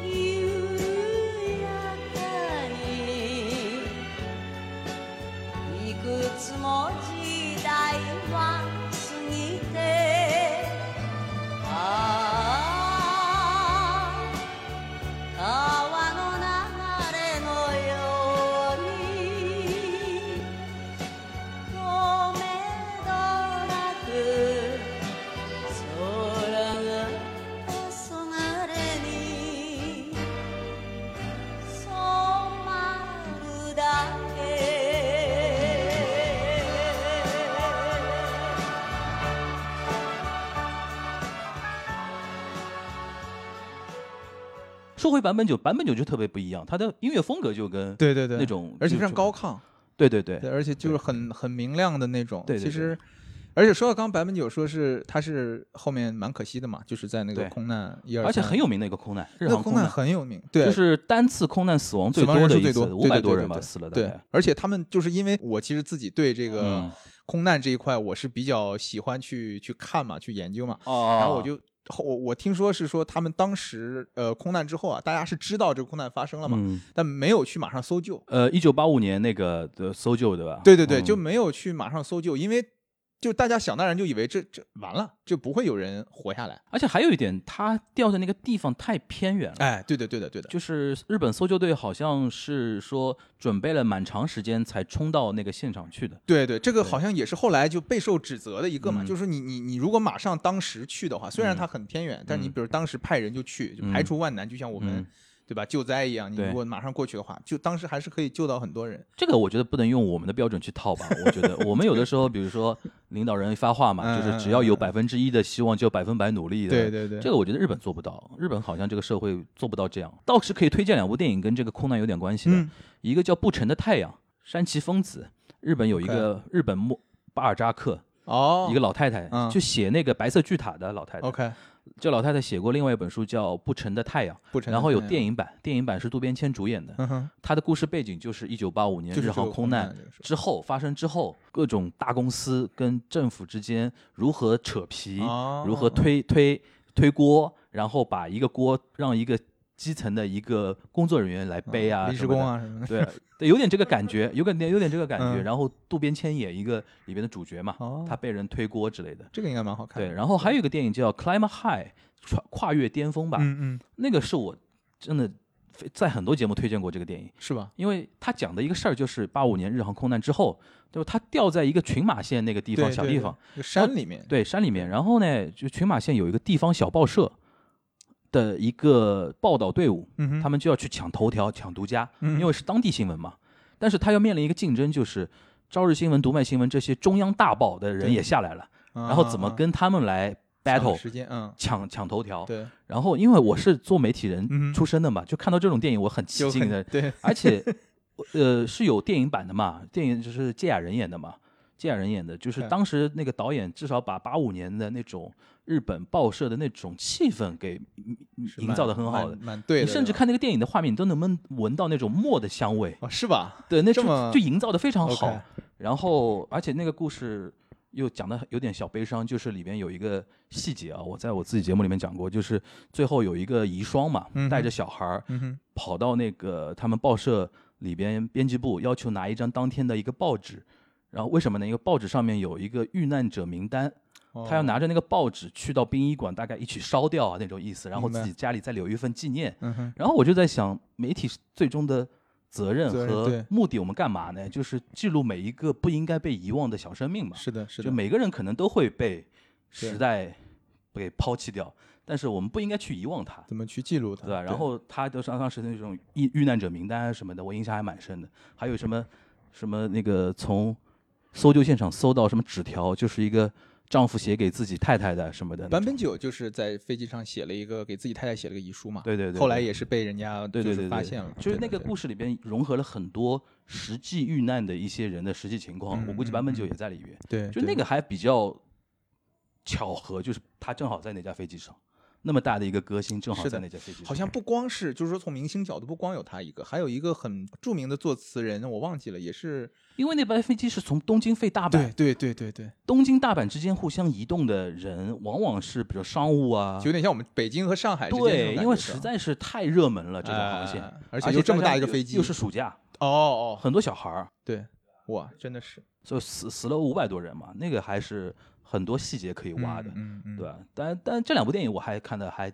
D: 「緩やかにいくつも時代は過ぎて」「ああ」「川の流れのように」「とめどなく空が黄昏に染まるだけ」
B: 说回版本九，版本九就特别不一样，它的音乐风格就跟
C: 对对对
B: 那种
C: 而且非常
B: 就
C: 高亢，
B: 对对对
C: 对，而且就是很很明亮的那种。
B: 对对
C: 其
B: 对
C: 实，而且说到刚刚白本九说是他是后面蛮可惜的嘛，就是在那个
B: 对
C: 空难一二三，
B: 而且很有名的一个空难，日
C: 那
B: 航
C: 空
B: 难，
C: 很有名，对，
B: 就是单次空难死亡最
C: 死亡
B: 多
C: 人
B: 的
C: 数
B: 一
C: 最
B: 次，
C: 多，
B: 五
C: 对
B: 百
C: 对
B: 多
C: 对
B: 人吧
C: 对
B: 死了，大
C: 对
B: 概。，
C: 而且他们就是因为我其实自己对这个
B: 嗯
C: 空难这一块我是比较喜欢去去看嘛，去研究嘛，
B: 哦，
C: 然后我就。后我我听说是说他们当时呃空难之后啊，大家是知道这个空难发生了嘛，
B: 嗯
C: 但没有去马上搜救，
B: 呃，一九八五年那个的搜救对吧？
C: 对对对，
B: 嗯
C: 就没有去马上搜救，因为就大家想当然就以为这这完了，就不会有人活下来。
B: 而且还有一点，它掉的那个地方太偏远了。
C: 哎，对的对的对的，
B: 就是日本搜救队好像是说准备了蛮长时间才冲到那个现场去的。
C: 对对，这个好像也是后来就备受指责的一个
B: 嗯
C: 嘛，就是你你你如果马上当时去的话，虽然它很偏远，但是你比如当时派人就去，就排除万难，就像我们
B: 嗯
C: 对吧救灾一样，你
B: 对
C: 如果马上过去的话，就当时还是可以救到很多人。
B: 这个我觉得不能用我们的标准去套吧。我觉得我们有的时候，比如说领导人发话嘛，
C: 嗯
B: 就是只要有
C: 嗯嗯
B: 百分之一的希望，就百分百努力的。
C: 对对对
B: 这个我觉得日本做不到，日本好像这个社会做不到这样。倒是可以推荐两部电影跟这个空难有点关系的，
C: 嗯
B: 一个叫《不沉的太阳》，山崎丰子，日本有一个日本莫巴尔扎克，
C: 哦
B: 一个老太太，
C: 嗯
B: 就写那个白色巨塔的老太太。
C: OK，
B: 这老太太写过另外一本书叫《不沉的太阳》，
C: 不沉
B: 然后有电
C: 影，
B: 影版，电影版是渡边谦主演的。
C: 嗯哼，
B: 她的故事背景就是一九八五年
C: 就是
B: 日
C: 这
B: 航
C: 个
B: 空
C: 难
B: 难
C: 这个事儿
B: 之后发生之后，各种大公司跟政府之间如何扯皮，
C: 哦
B: 如何推推推锅，然后把一个锅让一个基层的一个工作人员来背啊，
C: 临时工，啊什么的。
B: 对，对，有点这个感 觉，有点有点这个感觉。
C: 嗯
B: 然后渡边谦演一个里边的主角嘛，
C: 哦
B: 他被人推锅之类的。
C: 这个应该蛮好看的。
B: 对，然后还有一个电影叫《Climb High》，跨跨越巅峰吧，
C: 嗯嗯，
B: 那个是我真的非在很多节目推荐过这个电影，
C: 是吧？
B: 因为他讲的一个事儿就是八五年日航空难之后，就是他掉在一个群马县那个地方
C: 对
B: 小
C: 对
B: 地
C: 对
B: 方，
C: 那个山里面，
B: 对，山里面。然后呢，就群马县有一个地方小报社的一个报道队伍，
C: 嗯哼，
B: 他们就要去抢头条、抢独家，
C: 嗯
B: 因为是当地新闻嘛。但是他要面临一个竞争，就是朝日新闻、读卖新闻这些中央大报的人
C: 对啊
B: 也下来了，
C: 然
B: 然后怎么跟他们来 battle
C: 时间？嗯，
B: 抢抢头条？
C: 对，
B: 然后因为我是做媒体
C: 嗯哼
B: 人出身的嘛，就看到这种电影我很起
C: 就
B: 劲
C: 很
B: 的，
C: 对，
B: 而且呃是有电影版的嘛，电影就是芥雅人演的嘛，芥雅人演的，就是
C: 对
B: 当时那个导演至少把八五年的那种日本报社的那种气氛给嗯
C: 是
B: 营
C: 蛮
B: 造的很好
C: 蛮
B: 的。
C: 蛮对
B: 你
C: 的。
B: 甚至看那个电影的画面，你都能闻闻到那种墨的香味，
C: 哦，是吧？
B: 对，那
C: 这
B: 就
C: 么
B: 就营造的非常
C: OK
B: 好。然后，而且那个故事又讲的有点小悲伤，就是里边有一个细节啊，我在我自己节目里面讲过，就是最后有一个遗孀嘛，
C: 嗯哼
B: 带着小孩儿
C: 嗯哼，
B: 跑到那个他们报社里边编辑部，要求拿一张当天的一个报纸。然后为什么呢？因为报纸上面有一个遇难者名单，
C: 哦
B: 他要，拿着那个报纸去到殡仪馆，大概一起烧掉啊那种意思，然后
C: 明白
B: 自己家里再留一份纪念。
C: 嗯哼，
B: 然后我就在想，媒体最终的责任
C: 责任对
B: 和目的，我们干嘛呢？就是记录每一个不应该被遗忘的小生命嘛。
C: 是的，是的，
B: 就每个人可能都会被时
C: 对
B: 代给抛弃掉，但是我们不应该去遗忘它，
C: 怎么去记录它？
B: 对吧？然后他就是当时那种遇遇难者名单啊什么的，我印象还蛮深的。还有什么什么那个从搜救现场搜到什么纸条，就是一个丈夫写给自己太太的什么的那
C: 坂
B: 种
C: 本九就是在飞机上写了一个给自己太太写了个遗书嘛，
B: 对对对
C: 后来
B: 对
C: 也是被人家
B: 对
C: 就
B: 对
C: 是
B: 对，
C: 发
B: 对
C: 现了，
B: 就是那个故
C: 事，
B: 事里边融合了很多实际遇难的一些人的实际情况，
C: 嗯
B: 我估计
C: 嗯
B: 版本
C: 嗯
B: 九也在里边。
C: 对，
B: 就
C: 对
B: 那个还比较巧合，就是他正好在那架飞机上，那么大的一个歌星正好
C: 是的
B: 在那架飞机上，
C: 好像不光是，就是说从明星角度，不光有他一个，还有一个很著名的作词人，我忘记了，也是
B: 因为那班飞机是从东京飞大阪，
C: 对对对对，
B: 东京大阪之间互相移动的人，往往是比如商务啊
C: 就，有点像我们北京和上海之间这种
B: 对，
C: 感
B: 因为
C: 觉是吧
B: 实在是太热门了这种航线，
C: 哎而且又这么
B: 加上
C: 大一个
B: 又
C: 飞机，
B: 又是暑假，
C: 哦哦，
B: 很多小孩儿，
C: 对，哇，真的是
B: 所以死死了五百多人嘛，那个还是很多细节可以挖的，
C: 嗯嗯嗯，
B: 对啊吧？但但这两部电影我还看的还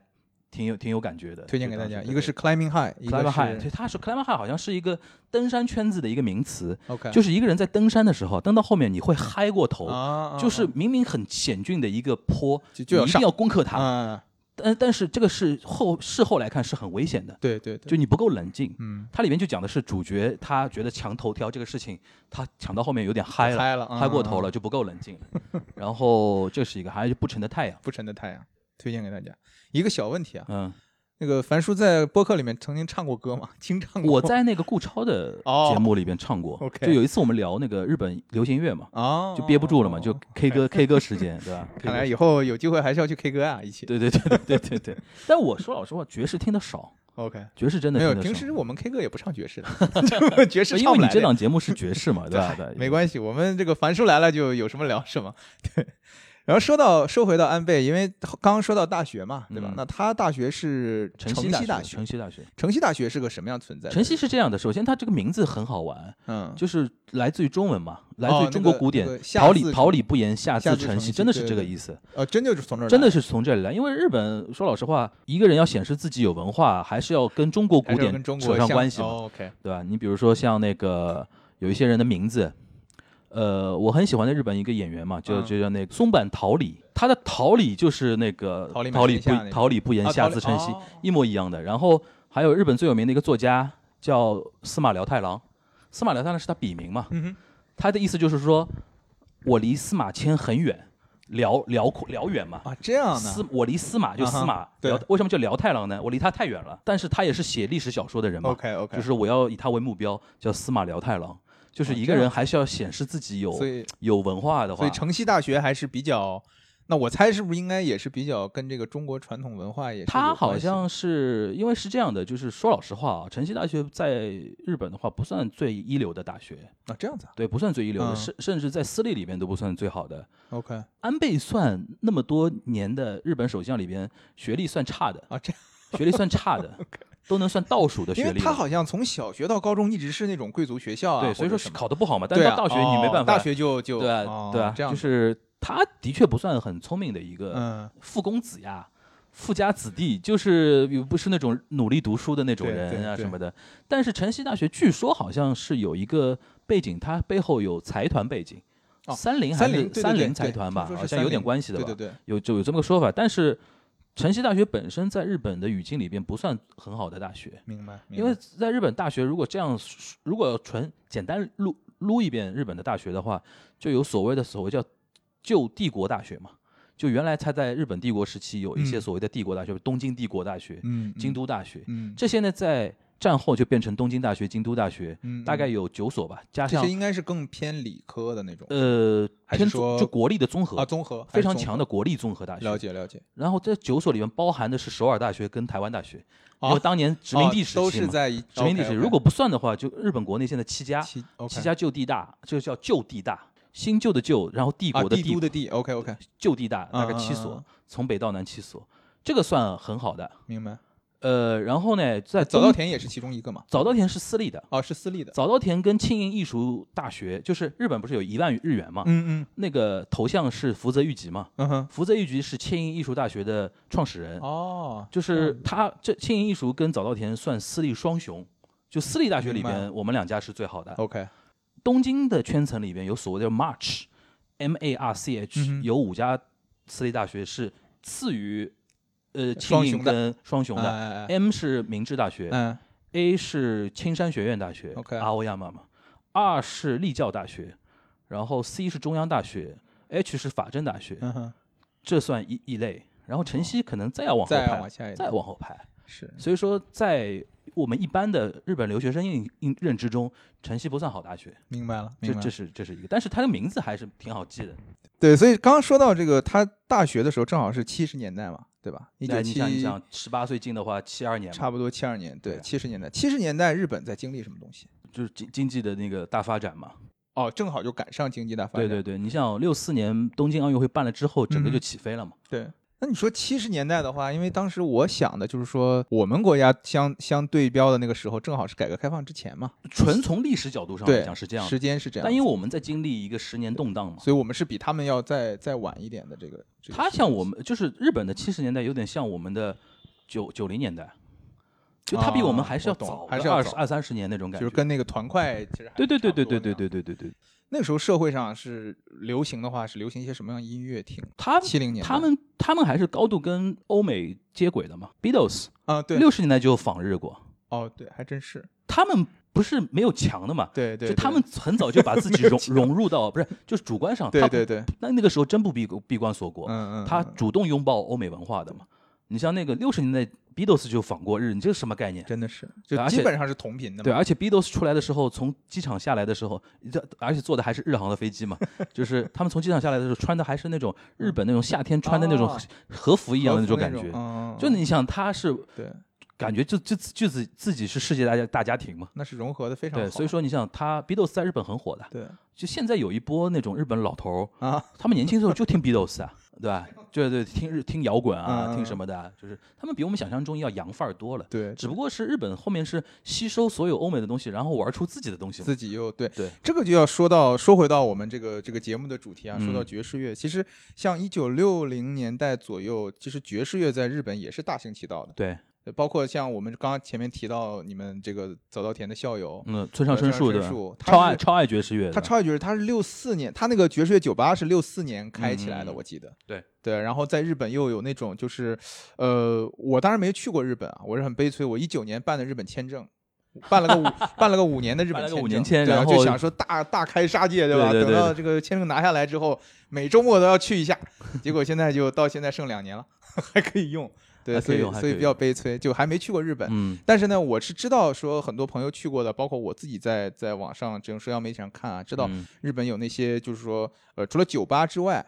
B: 挺有挺有感觉的，
C: 推荐
B: 就
C: 给大
B: 当时
C: 家，
B: 对
C: 一个是 Climbing High，一
B: c l i m b
C: 个
B: high，对，
C: 是
B: 它是 c l i m b high，好像是一个登山圈子的一个名词，
C: OK，
B: 就是一个人在登山的时候，登到后面你会嗨过头，
C: 嗯啊，
B: 就是
C: 啊
B: 明明很险峻的一个坡，
C: 就就要
B: 你一
C: 上
B: 定要攻克
C: 啊
B: 它，
C: 啊，
B: 但但是这个是后事后来看是很危险的，
C: 对对对，
B: 就你不够冷静。
C: 嗯，
B: 它里面就讲的是主角他觉得抢头条这个事情，他抢到后面有点嗨了，
C: 嗨了
B: 嗨过头
C: 嗯
B: 了就不够冷静了。然后这是一个，还有不沉的太阳，
C: 不沉的太阳，推荐给大家。一个小问题啊，
B: 嗯，
C: 那个樊叔在播客里面曾经唱过歌吗？清唱 过。
B: 我在那个顾超的
C: 哦
B: 节目里边唱过，
C: OK
B: 就有一次我们聊那个日本流行乐嘛，
C: 啊，
B: 就憋不住了嘛，就
C: 哦
B: K 歌 K 歌时间，对吧？K
C: 看来
B: 歌
C: 以后有机会还是要去 K 歌啊，一起。
B: 对对对对对对对。但我说老实话，爵士听得少，
C: OK，
B: 爵士真的
C: 没有，
B: 听得
C: 平
B: 少
C: 时我们 K 歌也不唱 爵士的，爵士
B: 因
C: 唱
B: 为
C: 不
B: 你
C: 来
B: 这
C: 的。
B: 档节目是爵士 嘛，对吧？对
C: 没关系，我们这个樊叔来了就有什么聊什么。 对，然后说到说回到安倍，因为刚刚说到大学嘛，对吧？
B: 嗯
C: 那他大学是
B: 城
C: 西
B: 西
C: 大
B: 大
C: 学，
B: 城西大学，
C: 城西大学是个什么样存在的？
B: 城西是这样的。首先，它这个名字很好玩，
C: 嗯，
B: 就是来自于中文嘛，来自
C: 哦那
B: 于中国
C: 个
B: 古
C: 那
B: 典
C: 个下
B: 桃
C: 自
B: 李
C: 城
B: 桃李不言，下
C: 下
B: 自
C: 自
B: 成
C: 成
B: 西，
C: 蹊
B: 真的
C: 对
B: 是这个
C: 对
B: 意思。
C: 呃，真的就是从这儿来，
B: 真的是从这里来，因为日本说老实话，一个人要显示自己有文化，还是要跟中国古
C: 还是要
B: 典
C: 跟中
B: 扯
C: 国
B: 上
C: 相
B: 关系嘛。
C: 哦 OK，
B: 对吧？你比如说像那个有一些人的名字，呃，我很喜欢的日本一个演员嘛，就
C: 嗯
B: 就叫那个松坂桃李，他的桃李就是那个
C: 桃李满
B: 桃李
C: 天下那
B: 不
C: 个
B: 桃李不言
C: 啊
B: 下
C: 桃李
B: 自成蹊
C: 哦，
B: 一模一样的。然后还有日本最有名的一个作家叫司马辽太郎，司马辽太郎是他笔名嘛，
C: 嗯哼，
B: 他的意思就是说我离司马迁很远，辽辽阔辽远嘛。
C: 啊，这样
B: 司
C: 呢？
B: 我离司马就
C: 啊哈
B: 司马
C: 对
B: 辽，为什么叫辽太郎呢？我离他太远了，但是他也是写历史小说的人嘛。
C: OK OK，
B: 就是我要以他为目标，叫司马辽太郎。就是
C: 哦
B: 一
C: 这
B: 个人
C: 样
B: 还是要显示自己有
C: 所以
B: 有文化的
C: 所
B: 话
C: 以，城西大学还是比较。那我猜是不是应该也是比较跟这个中国传统文化也是
B: 他
C: 有
B: 好
C: 关系
B: 像是因为是这样的，就是说老实话啊，城西大学在日本的话不算最一流的大学，
C: 啊这样子啊
B: 对，不算最一流
C: 嗯
B: 的，甚、甚至在私立里边都不算最好的。
C: ，OK
B: 安倍算那么多年的日本首相里边，学历算差的，
C: 啊这样，
B: 学历算差 的，都能算倒数的
C: 因
B: 学
C: 为
B: 历
C: 他
B: 了。
C: 好像从小学到高中一直是那种贵族学校啊，
B: 对，所以
C: 或者
B: 说
C: 什
B: 是
C: 么
B: 考得不好嘛，但
C: 对
B: 是
C: 啊
B: 到大学你没
C: 哦
B: 办法，
C: 大学就就
B: 对啊
C: 哦
B: 对啊，
C: 这样
B: 就
C: 子
B: 是他的确不算很聪明的一个
C: 嗯
B: 富公子呀。富家子弟就是也不是那种努力读书的那种
C: 对对
B: 人啊
C: 对
B: 什么的，但是城西大学据说好像是有一个背景，它背后有财团背景，
C: 哦
B: 三菱还
C: 三
B: 是
C: 菱对对
B: 三
C: 对
B: 菱财
C: 对
B: 团
C: 听
B: 吧，
C: 说
B: 好
C: 是
B: 像
C: 三
B: 有点
C: 菱
B: 关系的吧？
C: 对对对，
B: 有就有这么个说法，但是城西大学本身在日本的语境里边不算很好的大学，
C: 明白，明
B: 因为
C: 白
B: 在日本大学如果这样说，如果纯简单撸撸一遍日本的大学的话，就有所谓的所谓叫旧帝国大学嘛，就原来它在日本帝国时期有一些
C: 嗯
B: 所谓的帝国大学，东京帝国大学、
C: 嗯
B: 京都大学，
C: 嗯
B: 这些呢在战后就变成东京大学、京都大学，
C: 嗯
B: 大概
C: 嗯
B: 有九所吧，加
C: 这
B: 上
C: 些应该是更偏理科的那种
B: 呃
C: 还是
B: 偏
C: 说
B: 综就国力的综合
C: 啊，综合还
B: 非
C: 是
B: 常
C: 综
B: 强
C: 合
B: 的国立综合大学，
C: 了解了解，
B: 然后这九所里面包含的是首尔大学跟台湾大学，因
C: 哦
B: 为当年殖民地
C: 哦
B: 时
C: 都
B: 期
C: 是
B: 嘛
C: 在一
B: 殖民地时期，
C: ，OK，OK
B: 如果不算的话，就日本国内现在七家，
C: 七 OK
B: 七家旧地大，这个叫旧地大，新旧的旧，然后帝
C: 啊
B: 国的
C: 帝
B: 帝
C: 都，的帝，OK OK，
B: 旧地大大概七
C: 嗯嗯嗯嗯
B: 所，从北到南七所，这个算很好的。
C: 明白。
B: 呃，然后呢，在
C: 早
B: 东
C: 稻田也是其中一个嘛，
B: 早稻田是私立的，
C: 哦，是私立的，
B: 早稻田跟庆应艺术大学，就是日本不是有一万日元嘛，
C: 嗯嗯
B: 那个头像是福泽谕吉嘛，
C: 嗯哼，
B: 福泽谕吉是庆应艺术大学的创始人，
C: 哦，
B: 就是他这庆应艺术跟早稻田算私立双雄，就私立大学里
C: 明白
B: 边，我们两家是最好的。
C: OK，
B: 东京的圈层里边有所谓的 March，M A R C
C: 嗯
B: H，
C: 哼
B: 有五家私立大学是次于呃庆
C: 双
B: 应
C: 雄的
B: 跟双雄的哎
C: 哎哎哎
B: ，M 是明治大学
C: 嗯
B: ，A 是青山学院大学
C: OK
B: 阿欧亚妈嘛，R 是立教大学，然后 C 是中央大学，H 是法政大学，
C: 嗯哼，
B: 这算一一类。然后晨曦可能再要往后
C: 再往
B: 排，
C: 下一
B: 再
C: 点
B: 往后排。
C: 是
B: 所以说，在我们一般的日本留学生印印认知中，晨曦不算好大学，
C: 明白了，
B: 这
C: 明白
B: 这
C: 了。
B: 是这是一个，但是它的名字还是挺好记的。
C: 对，所以刚刚说到这个，他大学的时候正好是七十年代嘛，对吧？一
B: 那
C: 九
B: 哎你
C: 七
B: 想你想，十八岁进的话，七二年嘛，
C: 差不多七二年，对，
B: 对
C: 七十年代，七十年代日本在经历什么东西？
B: 就是经经济的那个大发展嘛。
C: 哦，正好就赶上经济大发
B: 对
C: 展。嗯
B: 对对，你想六四年东京奥运会办了之后，整个就起飞了嘛。
C: 对那你说七十年代的话，因为当时我想的就是说，我们国家相相对标的那个时候，正好是改革开放之前嘛，
B: 纯从历史角度上来
C: 对，
B: 讲是这样
C: 时
B: 的，
C: 间是这样
B: 但
C: 的，
B: 因为我们在经历一个十年动荡嘛。
C: 所以我们是比他们要再再晚一点的这个。这个
B: 它
C: 时
B: 像
C: 间
B: 我们，就是日本的七十年代有点像我们的九九零年代，就它比我们还是要
C: 啊我懂
B: 早
C: 还是
B: 个
C: 要
B: 二十
C: 早
B: 二三十年那种感
C: 就是
B: 觉。
C: 跟那个团块其实还
B: 对对对
C: 差
B: 对
C: 不多
B: 对对
C: 那样
B: 对对对对。
C: 那个时候社会上是流行的话，是流行一些什么样的音乐厅？
B: 他
C: 七零年代
B: 他们他们还是高度跟欧美接轨的嘛。Beatles
C: 啊，对，
B: 六十年代就仿日过，
C: 哦，对，还真是，
B: 他们不是没有强的嘛，
C: 对对，
B: 就他
C: 对
B: 们很早就把自己
C: 没有
B: 融
C: 强
B: 融入到，不是就是主观上，
C: 对
B: 他
C: 对对，
B: 那那个时候真不闭闭关锁国，
C: 嗯嗯，
B: 他
C: 嗯
B: 主动拥抱欧美文化的嘛。你像那个六十年代 Beatles 就仿过日，你这是什么概念？
C: 真的是，就
B: 而
C: 基
B: 且
C: 本上是同频的
B: 对，
C: 嘛，
B: 而且 Beatles 出来的时候，从机场下来的时候，这而且坐的还是日航的飞机嘛， 就是他们从机场下来的时候穿的还是那种日本那种夏天穿的那种
C: 哦
B: 和服一样的那种感觉，
C: 嗯，
B: 就你想，他是
C: 对，
B: 感觉就就就自自己是世界大家大家庭嘛。
C: 那是融合的非常好，
B: 对，所以说你想，他 Beatles 在日本很火的，
C: 对
B: 就现在有一波那种日本老头儿，
C: 啊，
B: 他们年轻时候就听 Beatles 啊，对吧？对对，听日听摇滚
C: 嗯嗯
B: 啊，
C: 嗯
B: 听什么的啊，就是他们比我们想象中要洋范儿多了。
C: 对，
B: 只不过是日本后面是吸收所有欧美的东西，然后玩出自己的东西嘛。
C: 自己又对
B: 对
C: 这个就要说到说回到我们这个这个节目的主题啊，说到
B: 嗯
C: 爵士乐，其实像一九六零年代左右，其实爵士乐在日本也是大行其道的，
B: 对，
C: 对包括像我们刚刚前面提到你们这个早稻田的校友，
B: 嗯，村上春树
C: 村
B: 对
C: 上春
B: 吧
C: 树，他
B: 超爱
C: 是
B: 超爱爵士乐的，
C: 他超越爵士，他是六四年，他那个爵士乐酒吧是六四年开起来的，
B: 嗯嗯嗯
C: 我记得。
B: 对
C: 对，然后在日本又有那种就是，呃，我当然没去过日本啊，我是很悲催，我一九年办的日本签证。办了个 五办了个五年的日本
B: 办了个
C: 签证
B: 五年签
C: 对啊
B: 然后
C: 就想说大大开杀戒，对吧？
B: 对对对
C: 等到这个签证拿下来之后，每周末都要去一下。结果现在就到现在剩两年了， 还可以用，对，
B: 还可
C: 所
B: 以
C: 以
B: 用还
C: 所以
B: 可以
C: 比较
B: 用
C: 悲催，就还没去过日本。
B: 嗯
C: 但是呢，我是知道说很多朋友去过的，包括我自己在在网上这种社交媒体上看啊，知道
B: 嗯
C: 日本有那些就是说，呃，除了酒吧之外，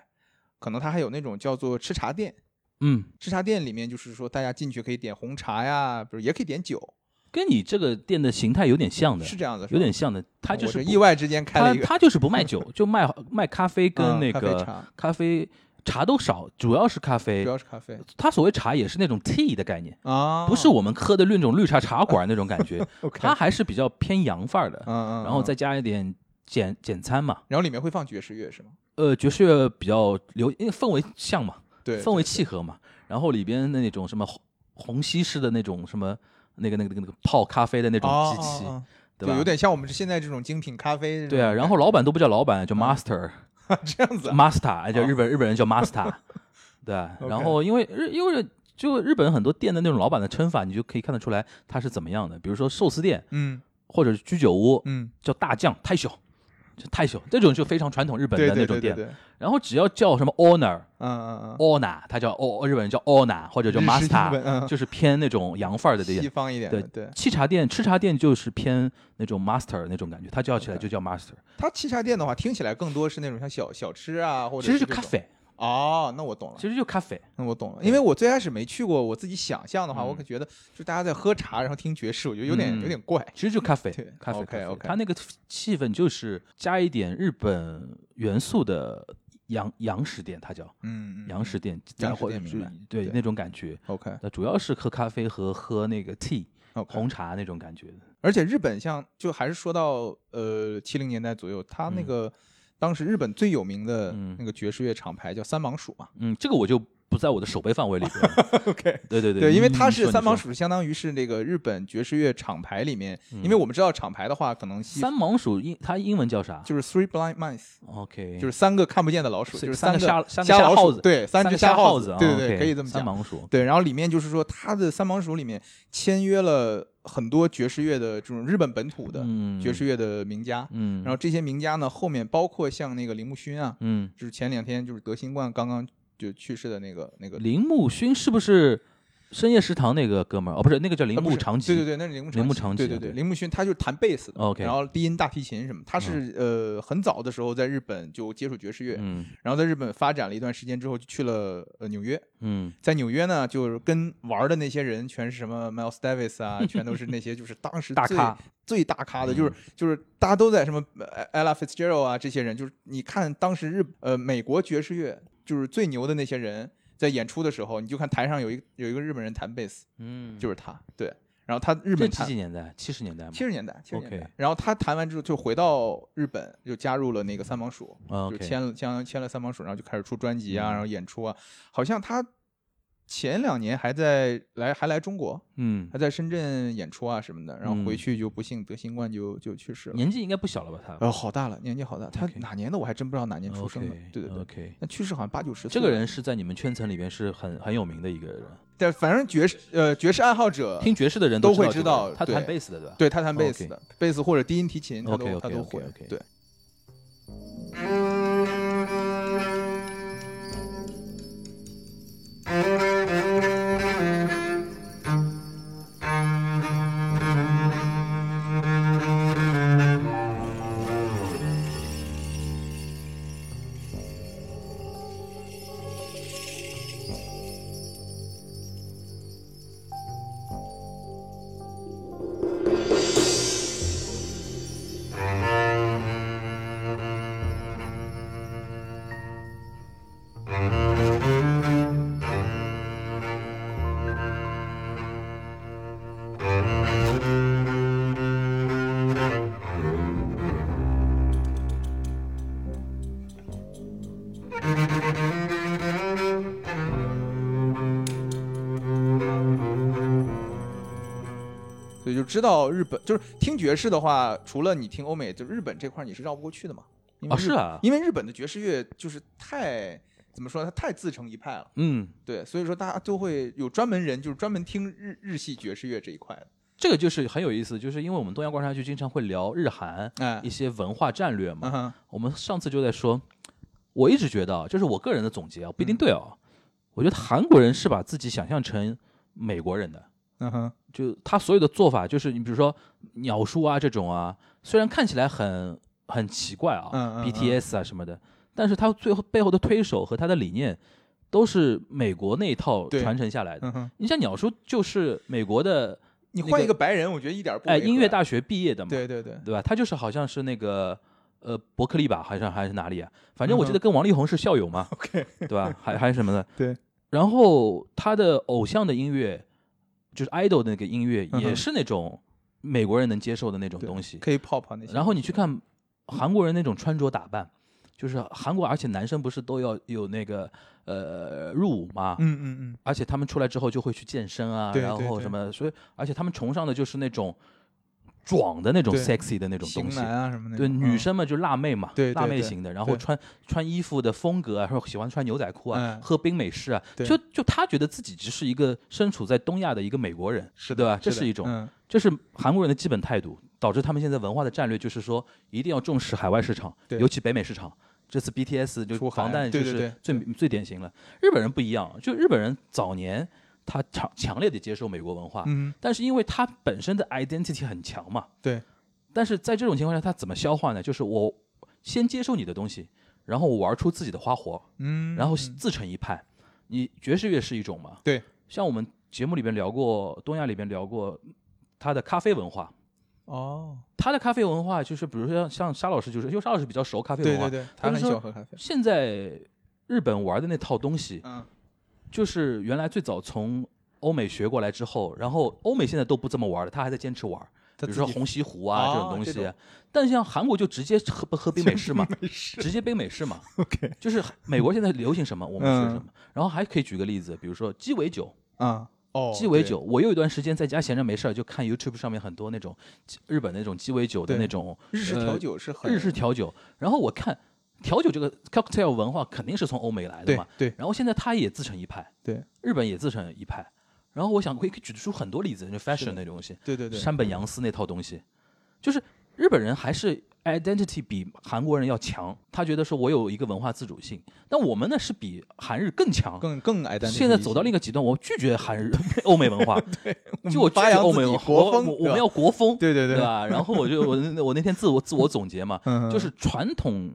C: 可能它还有那种叫做吃茶店，
B: 嗯，
C: 吃茶店里面就是说大家进去可以点红茶呀，比如也可以点酒，
B: 跟你这个店的形态有点像的，
C: 是这样的，是吧
B: 有点像的。他就
C: 我
B: 是
C: 是
B: 不
C: 意，外之间开
B: 他
C: 了一个
B: 他就是不卖酒，就卖卖咖啡跟
C: 嗯
B: 那
C: 咖啡
B: 个
C: 茶
B: 咖啡茶都少，主要是咖啡
C: 主。要是咖啡
B: 他所谓茶也是那种 tea 的概念，
C: 啊，，
B: 呃不是我们喝的那种绿茶茶馆那种感觉
C: OK
B: 它还是比较偏洋范儿
C: 嗯，
B: 的，
C: 嗯嗯，
B: 然后再加一点简简餐嘛，
C: 然后里面会放爵士乐是吗？
B: 呃，爵士乐比较流，因为氛围像嘛，
C: 对，
B: 氛围契合嘛，然后里边的那种什么虹虹吸式的那种什么那个那个那个那个泡咖啡的那
C: 那
B: 种机器，对
C: 哦对，
B: 吧？
C: 有点像我们现在这种精品咖啡这种嗯
B: 对啊，然后老板都不叫老板，叫 master、
C: 感觉 这样子啊，
B: master，叫哎日本、日本 人叫 master，对啊。
C: OK
B: 然后因为日因为就日本很多店的那种老板的称法，你就可以看得出来他是怎么样的。比如说寿司店
C: 嗯
B: 或者是居酒屋，
C: 嗯，
B: 叫大将太小，就太小这种就非常传统日本
C: 对
B: 的
C: 对
B: 那种
C: 对对
B: 店。
C: 对，嗯
B: 然后只要叫什么 owner。
C: 嗯嗯，
B: owner，他叫 o 日本人叫 owner 或者叫
C: 日式英
B: master，
C: 文嗯
B: 就是偏那种洋范儿的这
C: 西
B: 些。
C: 方一点的，对，
B: 沏茶店、吃茶店就是偏那种 master 那种感觉，他叫起来就叫 master，
C: 它沏茶店的话，听起来更多是那种像小小吃啊，或者
B: 其实
C: 是
B: 就
C: 这
B: 咖
C: 种
B: 啡，
C: 哦，那我懂了，
B: 其实就咖啡。
C: 那我懂了，因为我最开始没去过，我自己想象的话，我
B: 嗯
C: 可觉得就大家在喝茶，然后听爵士，我觉得有
B: 嗯
C: 点、有点怪。
B: 其实就咖啡
C: 对，
B: 咖啡
C: OK，
B: 咖啡
C: OK
B: 它那个气氛就是加一点日本元素的洋洋食店，它叫
C: 嗯，
B: 洋食店，
C: 洋
B: 然
C: 食
B: 后
C: 店
B: 就
C: 明白
B: 对
C: 对
B: 那种感觉。
C: OK
B: 那主要是喝咖啡和喝那
C: 嗯
B: 个 tea 红
C: OK。
B: 茶那种感觉。
C: 而且日本像就还是说到呃七零年代左右，它那
B: 嗯
C: 个、当时日本最有名的
B: 嗯
C: 那个爵士乐厂牌叫三芒鼠嘛。
B: 嗯，这个我就不在我的手背范围里边了。
C: OK。
B: 对对嗯
C: 对，因为它
B: 你
C: 是
B: 说
C: 三
B: 你
C: 芒
B: 说
C: 鼠，相当于是那个日本爵士乐厂牌里面，因
B: 嗯
C: 为我们知道厂牌的话，可能西
B: 三盲鼠英，它英文叫啥？
C: 就是 Three Blind Mice，
B: OK，
C: 就是三个看不见的老鼠，
B: 是
C: 就是
B: 三
C: 个
B: 个瞎三个
C: 瞎
B: 瞎
C: 老
B: 耗
C: 鼠，
B: 子
C: 对，
B: 三
C: 只
B: 个
C: 瞎
B: 瞎
C: 耗
B: 子啊，
C: 对对对，
B: OK，
C: 可以这么
B: 三
C: 讲。
B: 盲鼠，
C: 对，然后里面就是说，他的三盲鼠里面签约了很多爵士乐的这种日本本土的
B: 嗯，
C: 爵士，乐的名家，
B: 嗯，
C: 然后这些名家呢，后面包括像那个铃木勋啊，
B: 嗯，
C: 就是前两天就是得新冠刚刚就去世的那个那个
B: 铃木勋是不是深夜食堂那个哥们儿？哦，不是，那个叫铃
C: 啊不
B: 木
C: 是
B: 长吉，
C: 对对对，那是铃木
B: 铃木
C: 长
B: 长
C: 对
B: 吉
C: 对
B: 啊
C: 对，
B: 对哦
C: 铃木勋他就是弹贝斯的
B: OK
C: 然后低音大提琴什么，他是呃很早的时候在日本就接触爵士乐，
B: 嗯
C: 然后在日本发展了一段时间之后，就去了呃纽约，
B: 嗯
C: 在纽约呢，就是跟玩儿的那些人全是什么 Miles Davis 啊，全都是那些就是当时
B: 大
C: 最
B: 咖嗯
C: 最大咖的，就是就是大家都在什么呃 Ella Fitzgerald 啊这些人，就是你看当时日呃美国爵士乐就是最牛的那些人在演出的时候，你就看台上有一有一个日本人弹贝斯，
B: 嗯，
C: 就是是他，对，然后他日
B: 这
C: 本
B: 几
C: 弹
B: 几年代？七十年代吗？
C: 七十年代，七十年代
B: OK
C: 然后他弹完之后就回到日本，就加入了那个三芒鼠，
B: 啊
C: 就
B: ，OK，
C: 签了签签了三帮手，然后就开始出专辑啊，
B: 嗯
C: 然后演出啊。好像他前两年还在来还来中国，
B: 嗯
C: 还，在深圳演出啊什么的，然后回
B: 嗯
C: 去就不幸得新冠就就去世了。
B: 年纪应该不小了吧？他
C: 呃，好大了，年纪好大，他
B: OK
C: 哪年的我还真不知道哪年出生的
B: OK，。
C: 对对对，
B: ，OK。
C: 那去世好像八九十岁。
B: 这个人，是在你们圈层里边是很很有名的一个人，
C: 但反正爵士呃爵士爱好者，
B: 听爵士的人
C: 都会
B: 知
C: 知
B: 道
C: 道
B: 这个人他弹
C: 对
B: 贝斯的对吧？
C: 对他弹贝斯
B: OK
C: 的，贝斯或者低音提琴，他都
B: OK，OK，OK，OK
C: 他都会。对，所以就知道日本就是听爵士的话，除了你听欧美，就日本这块儿你是绕不过去的嘛。因为
B: 啊
C: 日
B: 是啊
C: 因为日本的爵士乐就是太怎么说，它太自成一派了。
B: 嗯，
C: 对，所以说大家都会有专门人，就是专门听日日系爵士乐这一块的。
B: 这个就是很有意思，就是因为我们东亚观察局经常会聊日韩
C: 哎
B: 一，些文化战略嘛
C: 嗯。哼，
B: 我们上次就在说，我一直觉得，啊，这是我个人的总结啊，不一
C: 嗯
B: 定对啊。我觉得韩国人是把自己想象成美国人的，
C: 嗯哼，
B: 就他所有的做法，就是你比如说鸟叔啊这种啊，虽然看起来很很奇怪啊
C: 嗯嗯嗯
B: ，BTS 啊什么的，但是他最后背后的推手和他的理念，都是美国那一套
C: 对
B: 传承下来的。
C: 嗯哼，
B: 你像鸟叔就是美国的，
C: 你
B: 那
C: 换
B: 个
C: 一个白人，我觉得一点儿不
B: 哎，
C: 违和
B: 音乐大学毕业的嘛，
C: 对对对，
B: 对吧？他就是好像是那个呃伯克利吧，还是还是哪里啊？反正我记
C: 嗯
B: 得跟王力宏是校友嘛
C: OK
B: 对吧？还还是什么的。
C: 对。
B: 然后他的偶像的音乐，就是 idol 的那个音乐，
C: 嗯哼
B: 也是那种美国人能接受的那种东西。
C: K-pop 啊那些。
B: 然后你去看韩国人那种穿着打扮，就是韩国，而且男生不是都要有那个呃入伍嘛，
C: 嗯嗯嗯，
B: 而且他们出来之后就会去健身啊，
C: 对
B: 然
C: 对
B: 后
C: 对
B: 什么，所以而且他们崇尚的就是那种壮的那种
C: 对
B: sexy 的那种
C: 型
B: 东西。
C: 男啊什么的，
B: 对，女生嘛就辣妹嘛，
C: 对对
B: 辣妹
C: 对
B: 型的，然后
C: 对
B: 穿穿衣服的风格啊，说喜欢穿牛仔裤啊，
C: 嗯
B: 喝冰美式啊，
C: 对
B: 就就他觉得自己只是一个身处在东亚的一个美国人，
C: 是
B: 对吧？这
C: 是
B: 是
C: 的
B: 一种，
C: 嗯
B: 这是韩国人的基本态度，导致他们现在文化的战略就是说，一定要重视海外市场，
C: 对
B: 尤其北美市场。这次 BTS 就
C: 出海
B: 防弹就
C: 对对
B: 是
C: 对
B: 最最典型了。日本人不一样，就日本人早年他强强烈的接受美国文化，
C: 嗯
B: 但是因为他本身的 identity 很强嘛，
C: 对。
B: 但是在这种情况下，他怎么消化呢？就是我先接受你的东西，然后我玩出自己的花活，
C: 嗯，
B: 然后
C: 嗯
B: 自成一派。你爵士乐是一种嘛？
C: 对，
B: 像我们节目里边聊过，东亚里边聊过他的咖啡文化。
C: 哦，
B: 他的咖啡文化就是，比如说像像沙老师，就是因为沙老师比较熟咖啡文
C: 对
B: 化。
C: 对对，他
B: 就
C: 很
B: 说
C: 喜欢喝咖啡，
B: 现在日本玩的那套东西，
C: 嗯，
B: 就是原来最早从欧美学过来之后，然后欧美现在都不这么玩了，他还在坚持玩。
C: 他
B: 比如
C: 自
B: 说
C: 己
B: 红西湖啊、这种
C: 哦
B: 东
C: 这
B: 西
C: 种，
B: 但像韩国就直接喝喝冰美式嘛，直接冰美式嘛。
C: OK
B: 就是美国现在流行什么，我们学什
C: 嗯
B: 么。然后还可以举个例子，比如说鸡尾酒，
C: 啊，哦，
B: 鸡尾
C: 对
B: 酒，，我有一段时间在家闲着没事儿，就看 YouTube 上面很多那种鸡日本那种鸡尾酒的
C: 对
B: 那种
C: 日式
B: 呃
C: 调酒是很
B: 日式调酒。然后我看调酒这个 cocktail 文化肯定是从欧美来的
C: 对
B: 嘛，
C: 对
B: 然后现在它也自成一派，
C: 对，
B: 日本也自成一派。然后我想，我也可以举出很多例子，就 fashion 那东西，
C: 对对对，
B: 山本洋司那套东西，就是日本人还是 identity 比韩国人要强，他觉得说我有一个文化自主性，但我们呢是比韩日更强。
C: 更更矮单。
B: 现在走到另一个极端，我拒绝韩日 欧美 文化，就我拒
C: 发
B: 绝
C: 扬
B: 欧
C: 自
B: 美
C: 己
B: 文化，
C: 国
B: 我
C: 风
B: 我
C: 对
B: 我
C: 吧
B: 们要国风，
C: 对对对
B: 吧？然后我就我那我那天自我自我总结嘛，
C: 嗯
B: 就是传统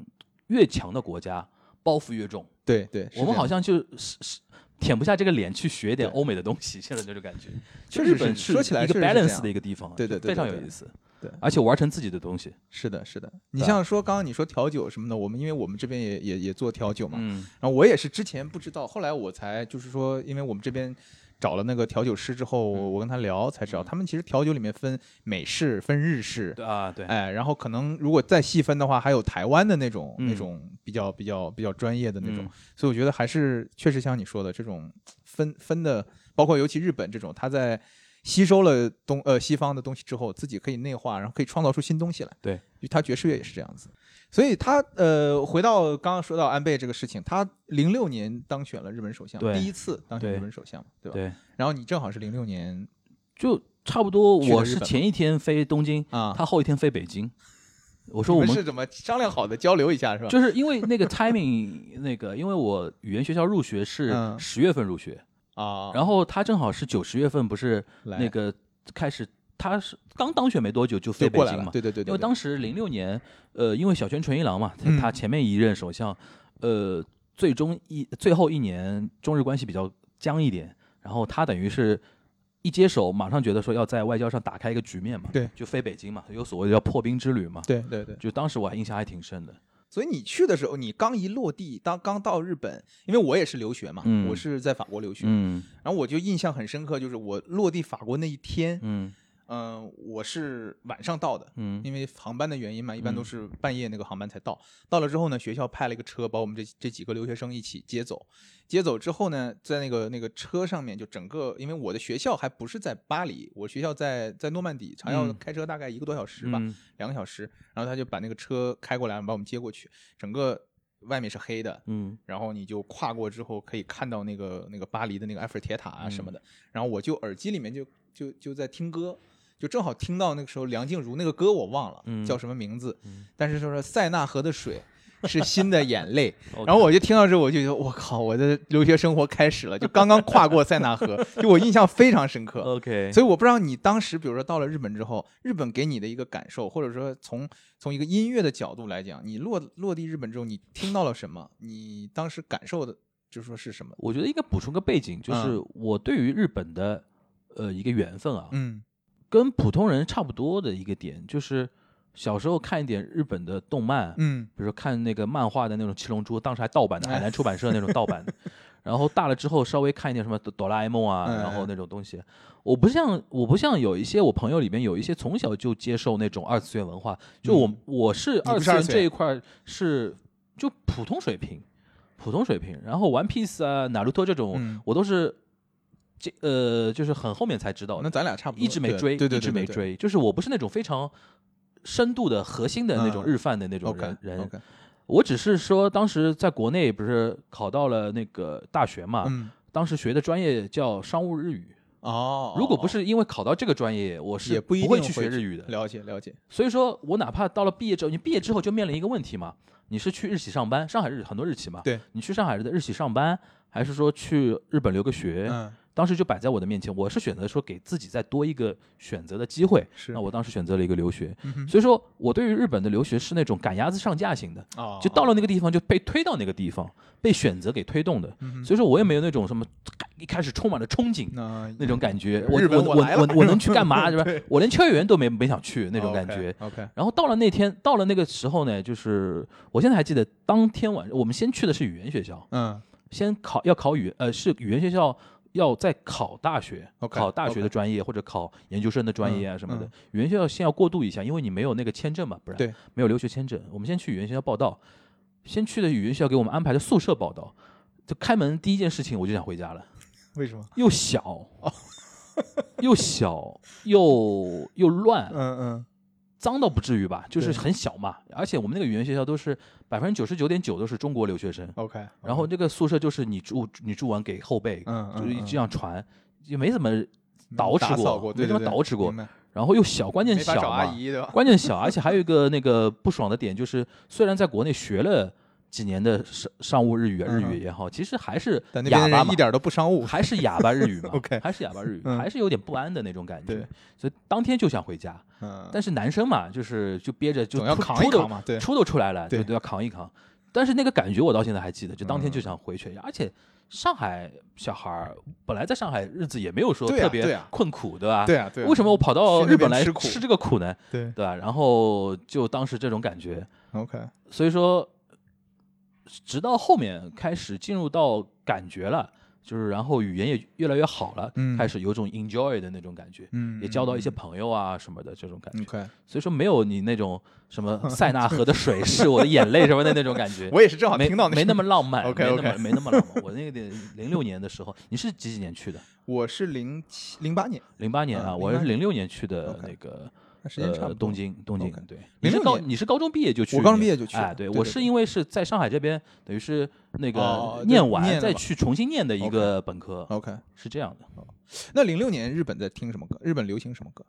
B: 越强的国家包袱越重，
C: 对对，是
B: 我们
C: 这样
B: 好像就是是舔不下这个脸去学点
C: 对
B: 欧美的东西，现在这种感 觉。
C: 确
B: 就
C: 实
B: 日
C: 是
B: 本是
C: 说起来
B: 一个
C: 确实是这
B: balance
C: 样
B: 的一个地方，
C: 对对
B: 就
C: 对
B: 非常
C: 对
B: 有
C: 对
B: 意思。
C: 对
B: 而且玩成自己的东西，
C: 是的，是的。你
B: 对啊
C: 像说刚刚你说调酒什么的，我们因为我们这边也也也做调酒嘛，
B: 嗯，
C: 然后我也是之前不知道，后来我才就是说，因为我们这边找了那个调酒师之后，
B: 嗯
C: 我我跟他聊才知道，他们其实调酒里面分美式、分日式，
B: 对啊，对，
C: 哎，然后可能如果再细分的话，还有台湾的那种、那
B: 嗯
C: 种比较比较比较专业的那种，
B: 嗯
C: 所以我觉得还是确实像你说的这种分分的，包括尤其日本这种，他在吸收了东呃西方的东西之后，自己可以内化，然后可以创造出新东西来。
B: 对，
C: 他爵士乐也是这样子，所以他呃回到刚刚说到安倍这个事情，他零六年当选了日本首相，
B: 对
C: 第一次当选
B: 对
C: 日本首相嘛，对吧？
B: 对，
C: 然后你正好是零六年
B: 就差不多。
C: 去了
B: 我
C: 日
B: 是
C: 本
B: 前一天飞东京，
C: 啊，
B: 他后一天飞北京。我说
C: 你
B: 我
C: 们
B: 们
C: 是怎么商量好的交流一下是吧？
B: 就是因为那个 timing，那个因为我语言学校入学是
C: 嗯
B: 十月份入学，
C: 啊，
B: 然后他正好是九十月份不是
C: 来
B: 那个开始，他是刚当选没多久就飞
C: 就
B: 北
C: 过来
B: 京
C: 了
B: 嘛，，
C: 对对对对，
B: 因为当时零六年，呃，因为小泉纯一郎嘛，他
C: 嗯
B: 他前面一任首相，呃，最终一最后一年中日关系比较僵一点，然后他等于是一接手，马上觉得说要在外交上打开一个局面嘛，
C: 对
B: 就飞北京嘛，有所谓的叫破冰之旅嘛，
C: 对对对，
B: 就当时我还印象还挺深的，
C: 所以你去的时候，你刚一落地，当刚到日本，因为我也是留学嘛，
B: 嗯
C: 我是在法国留学，
B: 嗯
C: 然后我就印象很深刻，就是我落地法国那一天，
B: 嗯
C: 嗯、我是晚上到的。
B: 嗯
C: 因为航班的原因嘛，一般都
B: 嗯
C: 是半夜那个航班才到。到了之后呢，学校派了一个车把我们这这几个留学生一起接走。接走之后呢，在那个那个车上面，就整个因为我的学校还不是在巴黎，我学校在在诺曼底，还要
B: 嗯
C: 开车大概一个多小时吧。
B: 嗯
C: 两个小时，然后他就把那个车开过来，把我们接过去，整个外面是黑的。
B: 嗯
C: 然后你就跨过之后，可以看到那个那个巴黎的那个埃菲尔铁塔啊
B: 嗯
C: 什么的。然后我就耳机里面就就就在听歌，就正好听到那个时候梁静茹那个歌我忘了、
B: 嗯
C: 叫什么名字，
B: 嗯
C: 但是就是塞纳河的水，是新的眼泪。
B: OK
C: 然后我就听到之后，我就觉得我靠，我的留学生活开始了，就刚刚跨过塞纳河，就我印象非常深
B: 呃
C: 刻。
B: OK，
C: 所以我不知道你当时，比如说到了日本之后，日本给你的一个感受，或者说从从一个音乐的角度来讲，你落落地日本之后，你听到了什么？你当时感受的，就说是什么？
B: 我觉得应该补充个背景，就是我对于日本的呃一个缘分啊，
C: 嗯
B: 跟普通人差不多的一个点，就是小时候看一点日本的动漫，
C: 嗯
B: 比如说看那个漫画的那种《七龙珠》，当时还盗版的，海 南出版社那种盗版的。然后大了之后，稍微看一点什么哆哆啦 A 梦啊，
C: 嗯
B: 然后那种东西。我不像我不像有一些我朋友里面有一些从小就接受那种二次元文化，就我、
C: 嗯
B: 我是
C: 不
B: 二
C: 是
B: 次
C: 二
B: 元
C: 次
B: 这
C: 元
B: 一块儿是就普通水平，普通水平。然后 One Piece 啊、哪路特这种，
C: 嗯
B: 我都是这呃就是很后面才知道的。
C: 嗯那咱俩差不多，
B: 一直没
C: 对
B: 追，
C: 对对，
B: 一直
C: 对
B: 没。追。就是我不是那种非常深度的核心的那种
C: 嗯
B: 日饭的那种
C: OK
B: 人、人
C: OK，
B: 我只是说当时在国内不是考到了那个大学嘛，
C: 嗯，
B: 当时学的专业叫商务日语。
C: 哦，
B: 如果不
C: 哦
B: 是因为考到这个专业，我是
C: 也不一定
B: 会去学
C: 会去
B: 日语的。
C: 哦了解了解，
B: 所以说我哪怕到了毕业之后，你毕业之后就面临一个问题嘛，你是去日企上班，上海日很多日企嘛，
C: 对，
B: 你去上海的日企上班，还是说去日本留个学？
C: 嗯，
B: 当时就摆在我的面前，我是选择说给自己再多一个选择的机会。
C: 是
B: 那我当时选择了一个留学，
C: 嗯哼
B: 所以说我对于日本的留学是那种赶鸭子上架型的，
C: 哦，
B: 就到了那个地方就被推到那个地方，被选择给推动的。
C: 嗯哼，
B: 所以说我也没有那种什么一开始充满了憧憬
C: 那
B: 那种感觉，我
C: 嗯日
B: 我
C: 本
B: 我
C: 我来了
B: 我我能去干 嘛是吧
C: 对？
B: 我连秋叶原都没没想去那种感
C: 哦 OK，
B: 觉。
C: OK，
B: 然后到了那天，到了那个时候呢，就是我现在还记得，当天晚上我们先去的是语言学校，
C: 嗯
B: 先考要考语呃是语言学校要再考大学
C: OK，
B: 考大学的
C: OK
B: 专业或者考研究生的专业啊
C: 嗯
B: 什么的。
C: 嗯
B: 语言学校先要过渡一下，因为你没有那个签证嘛，不然
C: 对
B: 没有留学签证。我们先去语言学校报道，先去的语言学校给我们安排的宿舍报道。就开门第一件事情我就想回家了，
C: 为什么？
B: 又小，
C: 哦
B: 又小又又乱，
C: 嗯嗯，
B: 脏到不至于吧，就是
C: 对
B: 很小嘛。而且我们那个语言学校都是百分之九十九点九都是中国留学生，
C: OK，
B: 然后这个宿舍就是你住你住完给后辈，
C: 嗯
B: 就
C: 嗯
B: 是
C: 嗯
B: 这样传，也没怎么捯
C: 捯饬
B: 饬
C: 过，
B: 没
C: 对对
B: 怎么
C: 对
B: 捯饬过
C: 明，白
B: 然后又小，关键
C: 没法
B: 小
C: 找阿
B: 嘛，
C: 姨对吧？
B: 关键小，而且还有一个那个不爽的点就是，虽然在国内学了几年的上上务日语啊，日
C: 嗯
B: 语也好，其实还是
C: 但那边
B: 哑
C: 的
B: 巴
C: 人
B: 嘛
C: 一。点都不商务，
B: 还是哑巴日语嘛
C: OK
B: 还是哑巴日语，
C: 嗯
B: 还是有点不安的那种感觉
C: 对，
B: 所以当天就想回家，
C: 嗯，
B: 但是男生嘛，就是就憋着就
C: 总要
B: 出
C: 扛一
B: 出都
C: 扛嘛，对，
B: 出都出来了，
C: 对嗯
B: 对，都要扛一扛。但是那个感觉我到现在还记得，就当天就想回去，而且上海小孩儿本来在上海日子也没有说
C: 对啊
B: 特
C: 对
B: 别
C: 啊
B: 困苦，对吧？
C: 对啊对 啊，
B: 为什么我跑到
C: 去那
B: 日本
C: 边
B: 来
C: 吃苦
B: 这个苦呢？
C: 对
B: 对吧？然后就当时这种感觉，
C: OK
B: 所以说，直到后面开始进入到感觉了，就是然后语言也越来越好了，
C: 嗯
B: 开始有种 enjoy 的那种感觉，
C: 嗯
B: 也交到一些
C: 嗯
B: 朋友啊什么的这种感觉。
C: OK，
B: 所以说没有你那种什么 塞纳河的水是我的眼泪什么的那种感觉。
C: 我也是正好
B: 没
C: 听到
B: 没那么浪漫 没那么
C: OK，OK
B: 没那么浪漫。我那个零六年的时候，你是几几年去的？
C: 我是零七零八年，
B: 零八年啊，
C: 嗯
B: 我是
C: 08
B: 零六年去的
C: OK
B: 那个
C: 那时间差
B: 呃
C: 不多
B: 东京东京
C: OK
B: 对。你是
C: 06
B: 高
C: 年
B: 你是高中毕业就去？
C: 我高中毕业就去
B: 哎，
C: 对
B: 对
C: 对
B: 我
C: 对
B: 是因为是在上海这边，等于是那
C: 哦
B: 个
C: 就
B: 念完
C: 念了
B: 再
C: 嘛
B: 去重新念的一个本科，
C: OK。
B: 是这样的。
C: 那零六年日本在听什么歌？日本流行什么歌？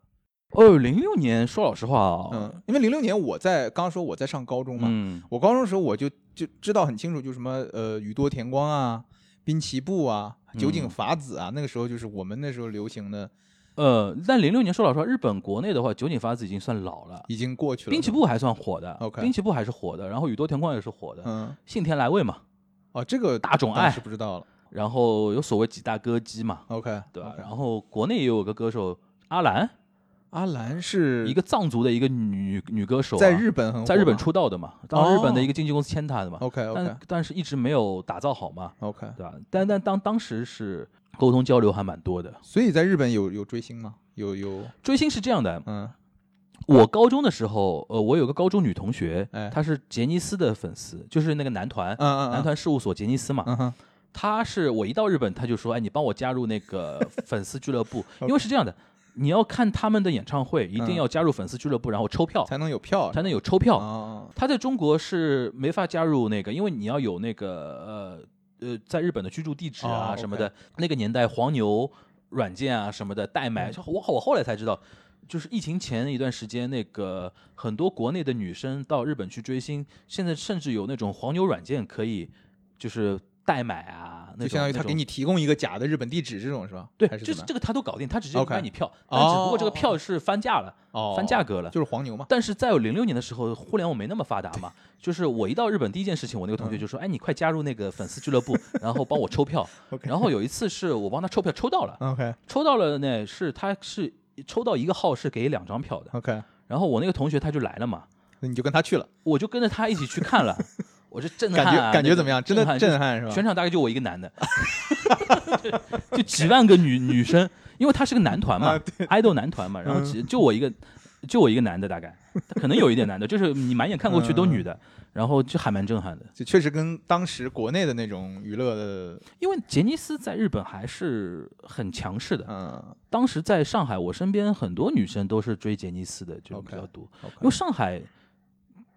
B: 哦，零六年说老实话啊，
C: 嗯，因为零六年我在刚刚说我在上高中嘛，
B: 嗯
C: 我高中的时候我就就知道很清楚，就什么呃宇多田光啊、滨崎步啊、酒井
B: 嗯
C: 法子啊，那个时候就是我们那时候流行的
B: 呃，但零六年说老实话，日本国内的话，九井法子已经算老了。
C: 已经过去了。
B: 滨崎，步还算火的
C: OK
B: 滨崎步还是火的，然后宇多田光也是火的，
C: 嗯，
B: 幸田来未嘛，
C: 哦，这个
B: 大众
C: 当
B: 爱
C: 时不知道了。
B: 然后有所谓几大歌姬嘛，
C: OK，
B: 对吧
C: OK
B: 然后国内也有个歌手阿兰，
C: 阿兰是
B: 一个藏族的一个女女歌手啊、
C: 在日本很火哦
B: 在日本
C: 吗
B: 出道的嘛，当日本的一个经纪公司签她的嘛，
C: OK
B: 但
C: OK
B: 但是一直没有打造好嘛，
C: OK，
B: 对吧？但但当当时是沟通交流还蛮多的。
C: 所以在日本有有追星吗？有有
B: 追星是这样的，
C: 嗯
B: 我高中的时候，呃，我有个高中女同学，
C: 哎
B: 她是杰尼斯的粉丝，就是那个男团
C: 嗯，嗯
B: 男
C: 嗯
B: 团事务所杰尼斯嘛，
C: 嗯哼
B: 他是我一到日本，他就说：“哎，你帮我加入那 个粉丝俱乐部，因为是这样的，你要看他们的演唱会，一定要加入粉丝俱乐部，然后抽票
C: 嗯才能有啊票哦
B: 才能有抽票。他在中国是没法加入那个，因为你要有那个呃呃，在日本的居住地址啊
C: 哦
B: 什么的。那个年代黄牛软件啊什么的代
C: 嗯
B: 买。就我我后来才知道，就是疫情前一段时间，那个很多国内的女生到日本去追星，现在甚至有那种黄牛软件可以，就是代买啊，那
C: 哦就
B: 种
C: 相当于他
B: 那种
C: 给你提供一个假的日本地址，这种是吧？
B: 对，
C: 还是
B: 这
C: 怎么
B: 这个他都搞定，他直接
C: OK
B: 买你票，但只不过这个票是翻价了，
C: 哦
B: 翻价格了。
C: 就是黄牛嘛。
B: 但是在我零六年的时候，互联网没那么发达 嘛，就是我一到日本，第一件事情，我那个同学就说：“哎，你快加入那个粉丝俱乐 部，然后帮我抽票。”
C: OK
B: 然后有一次是我帮他抽票，抽到了，
C: OK
B: 抽到了呢，是他是抽到一个号是给两张票的，
C: OK，
B: 然后我那个同学他就来了嘛，
C: 那你就跟他去了，
B: 我就跟着他一起去看 了，我这震撼、
C: 感
B: 啊，
C: 觉感
B: 那
C: 觉
B: 个
C: 怎么样？真的
B: 撼就是
C: 震撼是吧
B: 全？场大概就我一个男的， 就就几万个女女生，因为他是个男团
C: 啊
B: 嘛，爱豆男团嘛，
C: 嗯
B: 然后几就我一个，就我一个男的，大概可能有一点男的，就是你满眼看过去都女的，
C: 嗯
B: 然后就还蛮震撼的。
C: 就确实跟当时国内的那种娱乐的，
B: 因为杰尼斯在日本还是很强势的，
C: 嗯
B: 当时在上海，我身边很多女生都是追杰尼斯的，就比较多，因
C: ，OK，
B: 为上海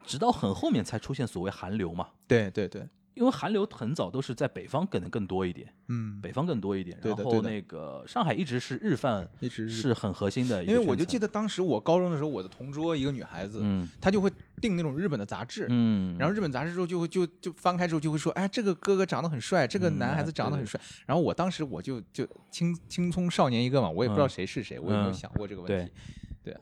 B: 直到很后面才出现所谓韩流嘛。
C: 对对对，
B: 因为韩流很早都是在北方可能更多一点，
C: 嗯，
B: 北方更多一点，
C: 对
B: 然
C: 的
B: 后
C: 对的
B: 那个上海一直是日饭
C: 一直
B: 是很核心的一个
C: 因为我就记
B: 得，
C: 得当时我高中的时候，我的同桌一个女孩子，
B: 嗯
C: 她就会订那种日本的杂志，
B: 嗯，
C: 然后日本杂志之后就会就就翻开之后就会说，哎，这个哥哥长得很帅，这个
B: 嗯
C: 男
B: 哎
C: 孩子长得
B: 对
C: 很帅。然后我当时我就就青青葱少年一个嘛，我也不知道
B: 嗯
C: 谁是谁，我有没有
B: 嗯
C: 想过这个问
B: 对
C: 题？，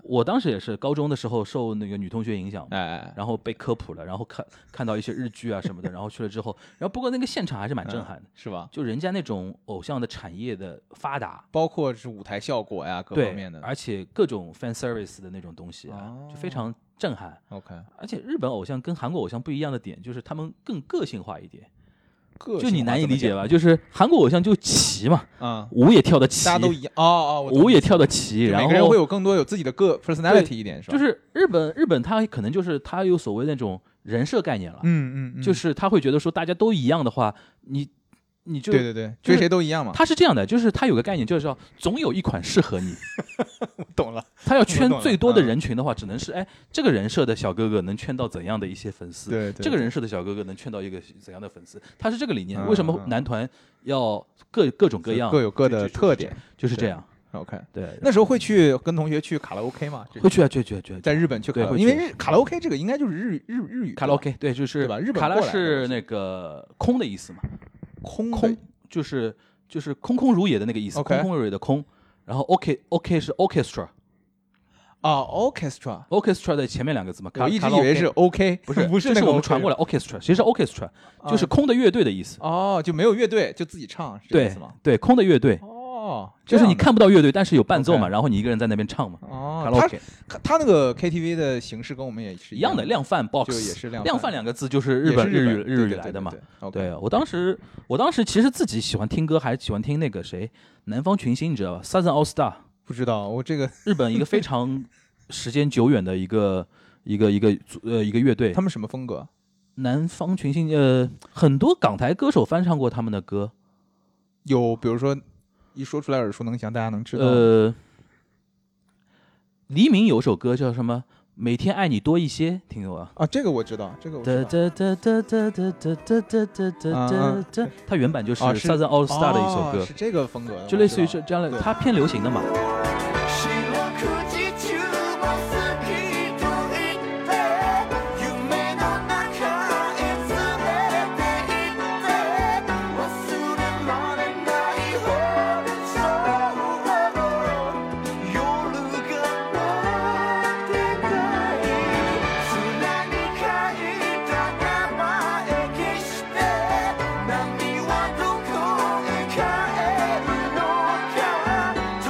B: 我当时也是高中的时候受那个女同学影响嘛，
C: 哎，
B: 然后被科普了，然后看看到一些日剧啊 什么的，然后去了之后，然后不过那个现场还是蛮震撼的，
C: 是吧？
B: 就人家那种偶像的产业的发达，
C: 包括是舞台效果呀，各方
B: 对
C: 面，的。
B: 而且各种 fan service 的那种东西啊，
C: 哦
B: 就非常震撼。
C: OK，
B: 而且日本偶像跟韩国偶像不一样的点就是他们更个性化一点，
C: 个
B: 就
C: 性
B: 你
C: 化
B: 难以
C: 怎么
B: 理解
C: 讲
B: 吧？就是韩国偶像就齐嘛，
C: 啊？
B: 舞也跳得齐，
C: 大家都一样哦哦，懂
B: 舞
C: 你
B: 也
C: 意思
B: 跳得齐，
C: 就
B: 然
C: 每
B: 后
C: 个人会有更多有自己的个 personality 一点，是吧？
B: 就，是日本日本他可能就是他有所谓那种人设概念了，
C: 嗯嗯，嗯
B: 就是他会觉得说大家都一样的话，你你就
C: 对对对，
B: 就
C: 追
B: 是
C: 谁都一样嘛。
B: 他是这样的，就是他有个概念，就是要总有一款适合 你。
C: 懂了，
B: 他要圈
C: 懂了
B: 最多的人群的话，只能是哎，这个人设的小哥哥能圈到怎样的一些粉丝？
C: 对对
B: 这个
C: 对
B: 人设的小哥哥能圈到一个怎样的粉丝？他是这个理念。
C: 嗯
B: 为什么
C: 嗯
B: 男团要各各种各样？
C: 各有各
B: 就
C: 的
B: 就
C: 特点。
B: 就是这
C: 对
B: 样。
C: OK，
B: 对，
C: 那时候会去跟同学去卡拉 OK 吗？这
B: 会去啊，去去去，
C: 在日本去卡
B: 对
C: 拉，
B: 会
C: OK，因为
B: 去
C: 日卡拉 OK 这个应该就是日日日语
B: 卡拉 OK，对，就是
C: 对吧日本
B: 卡拉
C: 过来的嗯
B: 是那个空的意思嘛，
C: 空的
B: 空就是就是空空如也的那个意思，
C: OK
B: 空空如也的空。然后 OK OK 是 orchestra，orchestra
C: 啊，orchestra，
B: 的前面两个字嘛，卡
C: 我一直
B: 卡拉
C: 以为
B: OK
C: 是 OK，
B: 不是
C: 不
B: 这
C: 那
B: 是
C: 个
B: 我们传过
C: 来
B: 来 orchestra，其实 orchestra 就是空的乐队的意思。
C: 哦，就没有乐队，就自己唱，是这个意
B: 对
C: 思吗？
B: 对，空的乐队
C: 哦，
B: 就是你
C: 这样
B: 看不到乐队，但是有伴奏嘛，
C: OK
B: 然后你一个人在那边唱嘛。
C: 的
B: 卡
C: 哦
B: 拉，OK
C: 他他那个 KTV 的形式跟我们也是
B: 一样的
C: 量
B: 量贩 box，
C: 就也是量贩
B: 量贩两个字就是日
C: 也是
B: 本
C: 日
B: 日
C: 本
B: 语日语来的嘛。。
C: OK，
B: 对我当时，我当时其实自己喜欢听歌，还喜欢听那个谁，南方群星，你知道吧？Southern All Star，
C: 不知道我这个
B: 日本一个非常时间久远的一个一个一个组呃一个乐队
C: 他。们什么风格？
B: 南方群星，呃，很多港台歌手翻唱过他们的歌，
C: 有比如说一说出来耳熟能详，大家能知道吗。
B: 呃，黎明有首歌叫什么？每天爱你多一些，听过吧？
C: 啊，这个我知道，这个我
B: 哒哒
C: 知道。
B: 哒哒哒哒哒哒哒哒哒哒，它原版就是
C: 啊
B: Southern All Star 的一首
C: 哦
B: 歌
C: 是，这个风格的，
B: 就类似于
C: 我知
B: 这
C: 道
B: 这样的，
C: 对
B: 它偏流行的嘛。
D: 白くじ中も好きと言って夢の中へ連れて行って忘れられないほど空の夜が鳴ってたい砂に書いた名前消して波はどこへ帰るのか通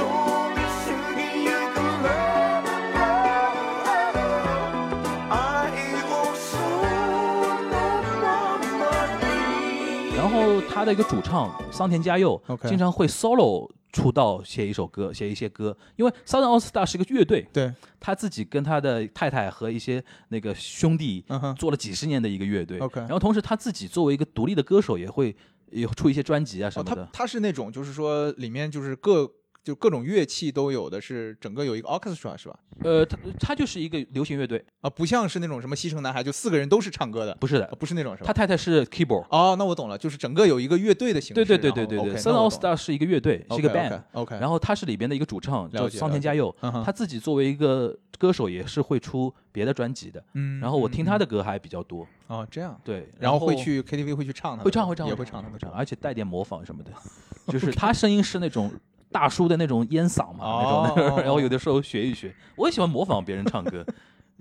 D: り過ぎゆく love 愛をそのままに
B: 然后他的一个主唱桑田佳佑
C: OK
B: 经常会 solo 出道，写一首歌，写一些歌。因为 Southern All Star 是个乐队，
C: 对，
B: 他自己跟他的太太和一些那个兄弟
C: 嗯哼
B: 做了几十年的一个乐队。
C: OK
B: 然后同时他自己作为一个独立的歌手，也会也出一些专辑啊什
C: 哦，
B: 么
C: 他
B: 的。
C: 他是那种就是说里面就是各就各种乐器都有的是整个有一个 orchestra 是吧？
B: 呃，它它就是一个流行乐队，
C: 啊，不像是那种什么西城男孩，就四个人都是唱歌的，
B: 不是
C: 啊
B: 的，
C: 不是那种是吧？
B: 他太太是 keyboard，
C: 哦，那我懂了，就是整个有一个乐队的形式。
B: 对对对对对
C: 哦
B: 对，Sun All Star 是一个乐队，是一个 band，
C: OK，嗯
B: 然后他是里边的一个主唱，
C: 了
B: 叫
C: 解
B: 桑
C: 了
B: 田
C: 解
B: 佳佑，
C: 后
B: 他自己作为一个歌手也是会出别的专辑的，
C: 嗯，
B: 然后我听他
C: 嗯
B: 的歌还比较多，
C: 嗯哦这样，
B: 对，
C: 然后
B: 后
C: 会去 KTV 会去唱他的
B: 会唱
C: 歌
B: 会唱
C: 也
B: 会
C: 唱他
B: 会
C: 的
B: 唱，
C: 歌。
B: 而且带点模仿什么的， 就是他声音是那种大叔的那种烟嗓嘛，那种
C: 哦哦哦
B: 的， 然后有的时候学一学，我也喜欢模仿别人唱歌。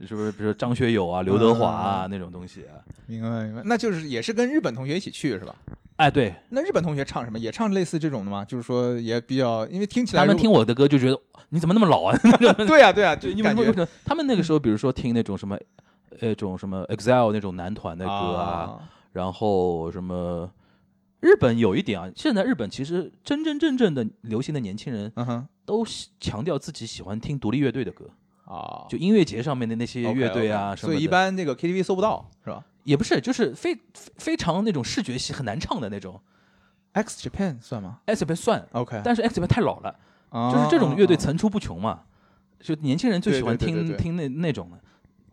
B: 是不是？比如说张学友啊、刘德华
C: 嗯
B: 啊、那种东西啊？
C: 明白明白，那就是也是跟日本同学一起去是吧？
B: 哎，对，
C: 那日本同学唱什么？也唱类似这种的吗？就是说也比较，因为听起来
B: 他们
C: 如
B: 听我的歌就觉得你怎么那么老啊？
C: 对呀对呀，就
B: 对，因为
C: 感
B: 为
C: 觉
B: 什么他们那个时候，比如说听那种什么，那种什么 EXILE 那种男团的歌啊，
C: 啊
B: 然后什么日本有一点啊，现在日本其实真真正正的流行的年轻人
C: 嗯哼
B: 都喜强调自己喜欢听独立乐队的歌，
C: 啊，
B: 就音乐节上面的那些
C: OK，
B: 乐队啊
C: OK，
B: 什么
C: 所
B: 的，
C: 以一般这个 KTV 搜不到是吧
B: 也不是，就是非非非常那种视觉系很难唱的那种。
C: ？X Japan 算吗
B: X 边算，
C: ？OK，哦
B: 但是 X 边太老了，
C: 就
B: 就是这种乐队层出不穷嘛，就年轻人最喜欢
C: 啊对对对
B: 听
C: 对哦对
B: 听那那种的。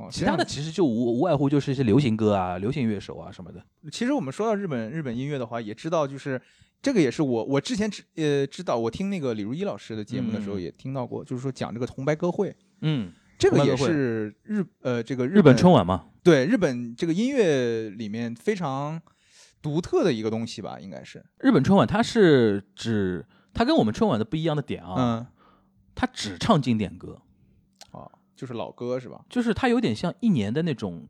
B: 其
C: 其
B: 他的其实就无无外乎就是一些流行歌啊、流行乐手啊什么的。
C: 其实我们说到日本日本音乐的话，也知道就是这个也是我我之前知呃知道，我听那个李如一老师的节目的时候
B: 嗯
C: 也听到过，就是说讲这个红白歌会，
B: 嗯，
C: 这个
B: 红白
C: 也
B: 歌会
C: 是日呃这个
B: 日本春晚嘛，
C: 对日本这个音乐里面非常独特的一个东西吧，应该是
B: 日本春晚它是指它跟我们春晚的不一样的点啊，
C: 嗯
B: 它只唱经典歌，
C: 哦，就是老歌是吧？
B: 就是它有点像一年的那种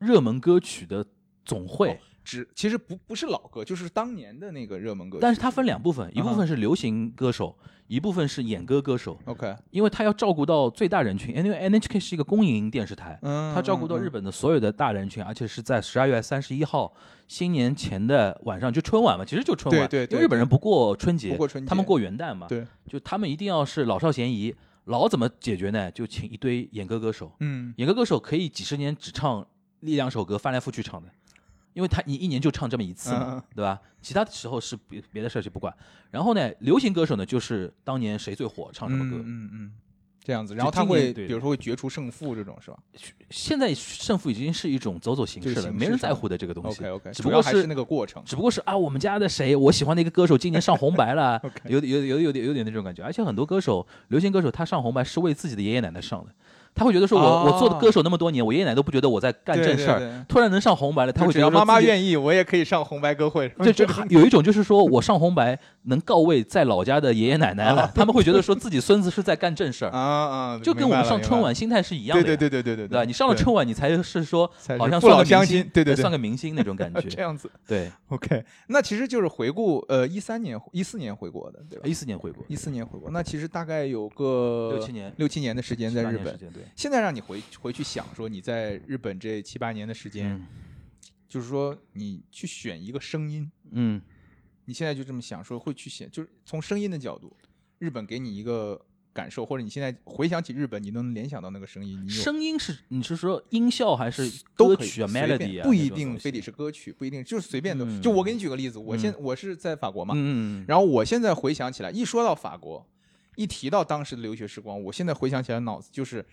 B: 热门歌曲的总
C: 哦
B: 会，
C: 只其实不不是老歌，就是当年的那个热门歌曲，
B: 但是它分两部分，一部
C: 嗯哼
B: 分是流行歌手，一部分是演歌歌手，
C: OK
B: 因为它要照顾到最大人群，因为 NHK 是一个公营电视台，
C: 嗯，
B: 它照顾到
C: 嗯
B: 日本的所有的大人群，而且是在十二月三十一号新年前的晚上，就春晚嘛，其实就春晚，
C: 对对对
B: 因为日本人不过春节，
C: 不过春节
B: 他们过元旦嘛，
C: 对，
B: 就他们一定要是老少咸宜，老怎么解决呢？就请一堆演歌歌手，
C: 嗯
B: 演歌歌手可以几十年只唱一两首歌，翻来覆去唱的，因为他你一年就唱这么一次
C: 嗯嗯
B: 嘛，对吧？其他的时候是别别的事情不管。然后呢，流行歌手呢，就是当年谁最火，唱什么歌。
C: 嗯嗯嗯这样子，然后他
B: 今年
C: 会
B: 对
C: 比如说会决出胜负这种是吧？
B: 现在胜负已经是一种走走形
C: 这个
B: 式了，
C: 形
B: 没
C: 式
B: 人
C: 上
B: 在乎的这个东西
C: OK。OK，
B: 只
C: 主
B: 不
C: 要
B: 过
C: 还
B: 是
C: 是那个过程。
B: 只不过是啊，我们家的谁，我喜欢的一个歌手今年上红白了
C: OK，
B: 有有有有点有点那种感觉。而且很多歌手，流行歌手他上红白是为自己的爷爷奶奶上的，他会觉得说我、我做的歌手那么多年，我爷爷奶奶都不觉得我在干
C: 对
B: 正
C: 哦对
B: 事儿，
C: 对
B: 突然能上红白了，他
C: 就
B: 会
C: 只
B: 觉得
C: 要妈妈
B: 意。
C: 愿意，我也可以上红白歌会。
B: 这这还有一种就是说我上红白能告慰在老家的爷爷奶奶了，他们会觉得说自己孙子是在干正事
C: 啊
B: 儿，
C: 啊，
B: 就跟我们上春晚
C: 一
B: 心态是一样
C: 样。
B: 的
C: 对
B: 呀。
C: 对对对对对
B: 对吧？你上了春晚，你才是说
C: 才是
B: 好像
C: 父
B: 算个
C: 老乡
B: 明
C: 亲
B: 星，
C: 对对对
B: 算个明星那种感
C: 这
B: 觉。
C: 样子。
B: 对，
C: OK，那其实就是回顾呃一三年一四年回国的，对吧？
B: 一四年回国，
C: 一四年回国，那其实大概有个
B: 六七年
C: 六七年的时间在
B: 18
C: 日
B: 年时
C: 本。
B: 间，对，
C: 现在让你回回去想说你在日本这七八年的时间，
B: 嗯
C: 就是说你去选一个声音，
B: 嗯，
C: 你现在就这么想说会去写，就是从声音的角度，日本给你一个感受，或者你现在回想起日本，你都能联想到那个声音，你有
B: 声音是你是说音效还是
C: 都
B: 歌
C: 可以
B: 曲啊
C: 随便
B: ，melody 啊，
C: 不
B: 那
C: 一
B: 种
C: 定
B: 东西
C: 非得是歌曲，不一定就是随便都。
B: 嗯
C: 就我给你举个例子，我现、
B: 嗯
C: 我是在法国嘛，
B: 嗯，
C: 然后我现在回想起来，一说到法国，一提到当时的留学时光，我现在回想起来脑子就是。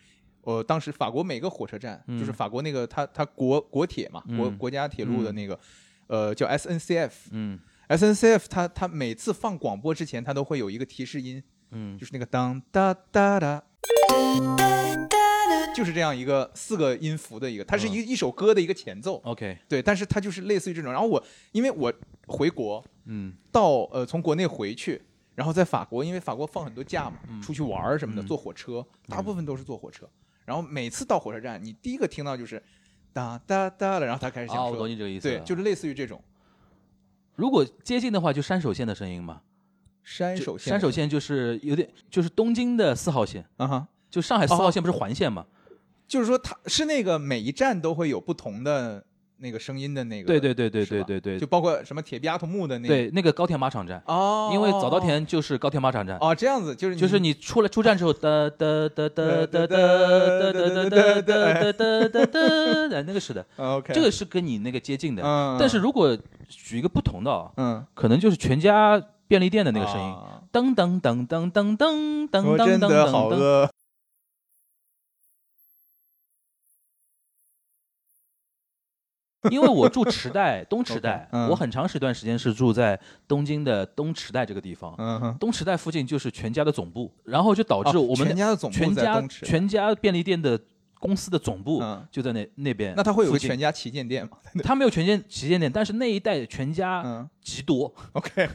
C: 呃，当时法国每个火车站，
B: 嗯
C: 就是法国那个它它国国铁嘛，国
B: 嗯
C: 国家铁路的那个，呃，叫 SNCF，
B: 嗯
C: SNCF 它它每次放广播之前，它都会有一个提示音，
B: 嗯
C: 就是那个当哒哒哒，就是这样一个四个音符的一个，它
B: 嗯
C: 是一、一首歌的一个前奏。
B: ，OK，
C: 对，但是它就是类似于这种。然后我因为我回国
B: 嗯
C: 到呃从国内回去，然后在法国，因为法国放很多假嘛，出去玩儿什么的，
B: 嗯
C: 坐火车，大部分都是坐火车。然后每次到火车站，你第一个听到就是哒哒哒了，然后他开始想
B: 啊，我
C: 说，
B: 懂你这个意思
C: 对
B: 了，，
C: 就是类似于这种
B: 如果接近的话，就山手线的声音嘛，
C: 山
B: 就
C: 手线，
B: 山手线就是有点就是东京的四号线，
C: 啊哈。
B: 就上海四号线不是环线嘛，
C: 就是说它是那个每一站都会有不同的那个声音的那个，
B: 对对对对
C: 是吧
B: 对对对
C: 就包括什么铁臂阿童木的那个，
B: 对，那个高田马场站，
C: 哦，
B: 因为早稻田就是高田马场站。
C: 哦这样子就是
B: 就是你出来出站之后，哒哒哒哒哒哒哒哒哒哒哒哒哒，哎那个是的，
C: 哦哎 OK
B: 这个是跟你那个接近的。
C: 嗯，
B: 但是如果举一个不同的啊，
C: 嗯
B: 可能就是全家便利店的那个声音，
C: 啊
B: 噔噔噔噔噔噔噔噔
C: 我
B: 噔
C: 哦真的好
B: 噔噔，
C: 饿。
B: 因为我住池袋东池
C: OK，
B: 袋，
C: 嗯
B: 我很长时段时间是住在东京的东池袋这个地方。
C: 嗯哼，
B: 东池袋附近就是全家的总部，然后就导致
C: 哦
B: 我们
C: 全家的总部
B: 全
C: 在
B: 家
C: 东池，
B: 全家便利店的公司的总部
C: 嗯
B: 就在那那边。
C: 那它会有个
B: 附近
C: 全，家旗舰店吗？
B: 它没有全家旗舰店，但是那一带全家
C: 嗯
B: 极多。
C: ，OK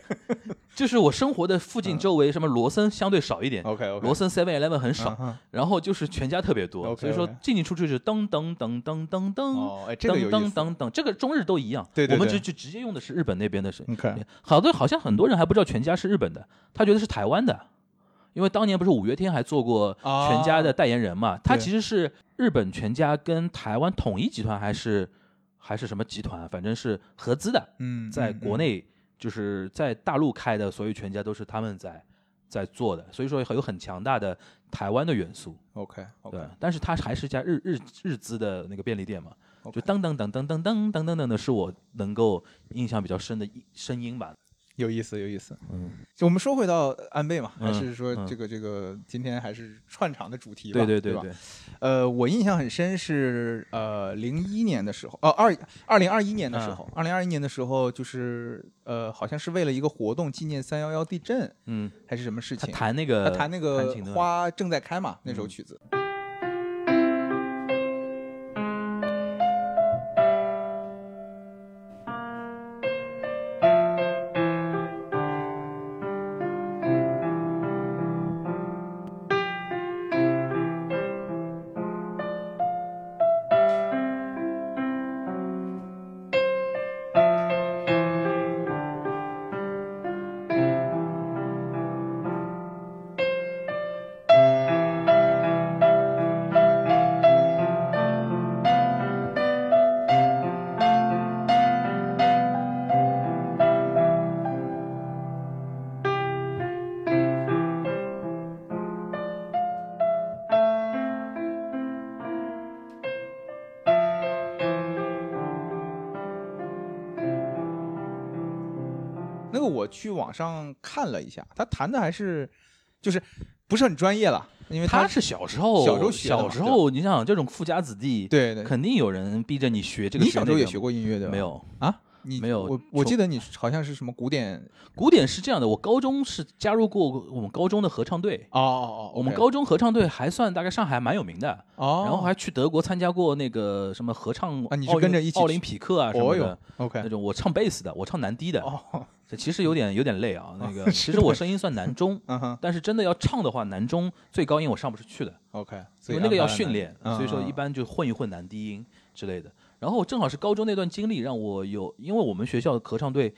B: 就是我生活的附近
C: 嗯哦
B: 周围，什么罗森相 对少一点，
C: OK 嗯 OK，
B: 罗森 Seven Eleven 很少，
C: 少。
B: 然后就是全家特别多，
C: OK，
B: 所以说
C: OK
B: 进进出出就是噔噔噔噔噔噔。
C: 哦，哎，这个有
B: 噔
C: 意
B: 噔
C: 思。
B: 噔噔，这个中日都一样，
C: 对对
B: 我们
C: 对嗯
B: 就就直接用的是日本那边的声音。
C: 你看，
B: 好多好像很多人还不知道全家是日本的，他觉得是台湾的，因为当年不是五月天还做过
C: 啊
B: 全家的代言人嘛，他
C: 对
B: 其实是日本全家跟台湾统一集团还是还是什么集团，啊反正是合资的，
C: 嗯，
B: 在
C: 嗯
B: 国，内就是在大陆开的，所以全家都是他们在在做的，所以说有很强大的台湾的元素，
C: OK
B: 对
C: OK，，
B: 但是它还是一家日日日资的那个便利店嘛，就
C: OK
B: 当当当当当当当当当的是我能够印象比较深的一声音吧，
C: 有意思有意思。
B: 嗯，
C: 就我们说回到安倍嘛，还
B: 嗯
C: 是说
B: 嗯
C: 这个这个今天还是串场的主题吧？
B: 对对
C: 对吧
B: 对，
C: 呃，我印象很深是呃零一年的时候，呃二二零二一年的时
B: 嗯
C: 候，二零二一年的时候就是呃好像是为了一个活动纪念三幺幺地震
B: 嗯，
C: 还是什么事
B: 他
C: 情，
B: 呃弹那个
C: 他弹那个
B: 琴的
C: 花正在开嘛那首
B: 嗯
C: 曲子。那个我去网上看了一下，他弹的还是就是不是很专业了，因为
B: 他是小时候
C: 小时候学的嘛
B: 小时候，你想这种富家子弟，，
C: 对对，
B: 肯定有人逼着你学这个。
C: 你小时候也学
B: 过？
C: 过音乐对吧？
B: 没有，
C: 啊，你
B: 没有
C: 我我记
B: 从
C: 得你好像是什么古典
B: 古典是这样的，我高中是加入过我们高中的合唱队。
C: 哦哦哦，
B: 我们
C: OK
B: 高中合唱队还算大概上海蛮有名的，
C: 哦，
B: 然后还去德国参加过那个什么合唱
C: 啊你是
B: 奥林
C: 跟着一起
B: 奥林匹克啊什么
C: 哦
B: 的
C: 哟
B: 那
C: OK
B: 种，我唱贝斯的，我唱男低的，
C: 哦，
B: 这其实有点有点累啊。那个
C: 是
B: 其实我声音算男中，
C: 嗯哼
B: 但是真的要唱的话，男中最高音我上不出去的，
C: OK，所
B: 因为那
C: 以
B: 个
C: 安
B: 要
C: 排了
B: 训
C: 呢
B: 练，
C: 嗯
B: 所以说
C: 嗯
B: 一般就混一混男低音之类的。然后正好是高中那段经历让我有，因为我们学校的合唱队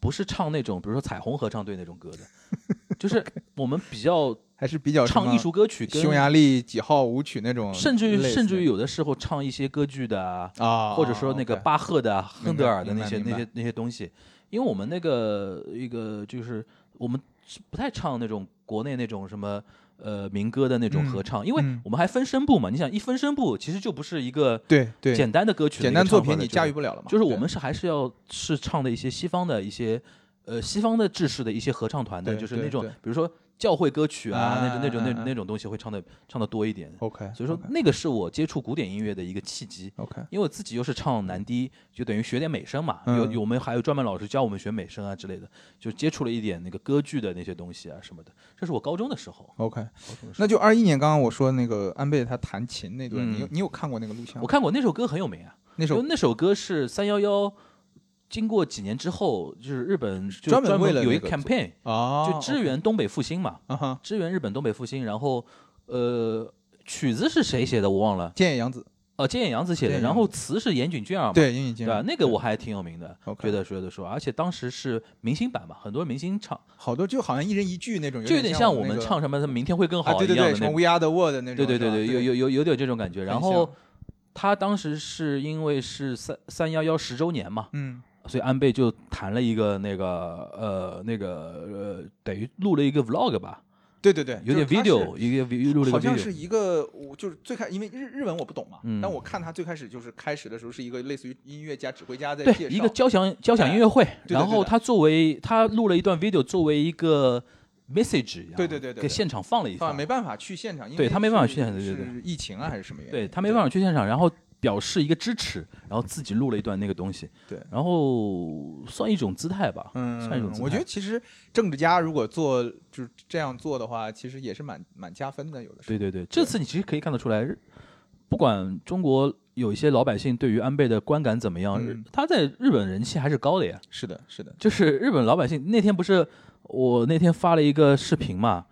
B: 不是唱那种，比如说彩虹合唱队那种歌的， 就是我们比较
C: 还是比较什
B: 唱
C: 么
B: 艺术歌曲跟，
C: 匈牙利几号舞曲那种类似的，
B: 甚至于甚至于有的时候唱一些歌剧的啊，
C: 啊，
B: 或者说那个
C: OK
B: 巴赫的、啊、亨德尔的
C: 明
B: 那
C: 白
B: 些
C: 明白
B: 那些那些东西，因为我们那个一个就是我们是不太唱那种国内那种什么呃民歌的那种
C: 嗯
B: 合唱，因为
C: 嗯
B: 我们还分声部嘛。你想一分声部，其实就不是一个
C: 对对
B: 简单的歌曲的
C: 简
B: 一个
C: 单作
B: 唱法
C: 品
B: 的
C: 你
B: 这
C: 驾
B: 种
C: 驭不了了嘛，
B: 就是我
C: 对
B: 们是还是要是唱的一些西方的一些呃西方的制式的一些合唱团的，
C: 对
B: 就是
C: 对
B: 那种
C: 对
B: 比如说教会歌曲啊，那种那种
C: 啊啊啊
B: 那
C: 啊
B: 那种东西会唱的唱的多一点。
C: OK，
B: 所以说那个是我接触古典音乐的一个契机。
C: OK，
B: 因为我自己又是唱男低，就等于学点美声嘛。有
C: 嗯
B: 有我们还有专门老师教我们学美声啊之类的，就接触了一点那个歌剧的那些东西啊什么的。这是我高中的时候，
C: OK，
B: 高中的时候
C: 那就二一年刚刚我说那个安倍他弹琴那段，你有
B: 嗯
C: 你有看过那个录像吗？
B: 我看过那首歌很有名啊，
C: 那
B: 因为
C: 首
B: 那首歌是三幺幺，经过几年之后，就是日本就
C: 专门
B: 门
C: 为了
B: 有一
C: 那个做
B: campaign，
C: 啊
B: 就支援东北复兴嘛，
C: 啊哈，
B: 支援日本东北复兴。然后呃，曲子是谁写的我忘了，
C: 菅野洋子
B: 呃，菅野洋子写
C: 菅
B: 的，
C: 野
B: 然
C: 洋
B: 后词是岩井俊二嘛。
C: 对英语经
B: 对吧？啊那个我还挺有名的
C: OK
B: 觉得觉得说，而且当时是明星版嘛，很多明星唱，
C: 好多就好像一人一句那种，
B: 就有点
C: 点
B: 像
C: 我
B: 我们
C: 那个
B: 唱什么“明天会更
C: 啊
B: 好”
C: 对
B: 一
C: 对
B: 样
C: 对
B: 的
C: 什
B: 那
C: 么
B: 种
C: We Are the World 那种，
B: 对对对
C: 是吧
B: 对，有有有有点这种感觉。然
C: 像
B: 后他当时是因为是三三幺幺十周年嘛，
C: 嗯
B: 所以安倍就弹了一个那个呃那个呃，等于录了一个 vlog 吧，
C: 对对对，
B: 有
C: 就
B: 点
C: 是它是
B: video，一个 vi- 录了个
C: 好像是
B: video，
C: 一个，我就是最开，因为日日文我不懂嘛，
B: 嗯
C: 但我看他最开始就是开始的时候是一个类似于音乐家、指挥家在介
B: 对，
C: 绍
B: 一个交响交响音乐会，
C: 对的
B: 然
C: 对
B: 后
C: 的
B: 他作为他录了一段 video，作为一个 message 一样，
C: 对对对对
B: 给
C: 对
B: 现场放了一
C: 啊，
B: 放，
C: 没办法去现场，因
B: 对
C: 为
B: 他没办法
C: 是
B: 去现场对对对
C: 是疫情啊还是什么原因？
B: 对他没办法去现场，然后表示一个支持，然后自己录了一段那个东西，
C: 对
B: 然后算一种姿态吧，算一种姿
C: 嗯，
B: 态。
C: 我觉得其实政治家如果做就是这样做的话，其实也是蛮蛮加分的，有的时候。
B: 对对对，这次你其实可以看得出来，日不管中国有一些老百姓对于安倍的观感怎么样，日
C: 嗯
B: 他在日本人气还是高的呀。
C: 是的，是的，
B: 就是日本老百姓那天不是我那天发了一个视频嘛，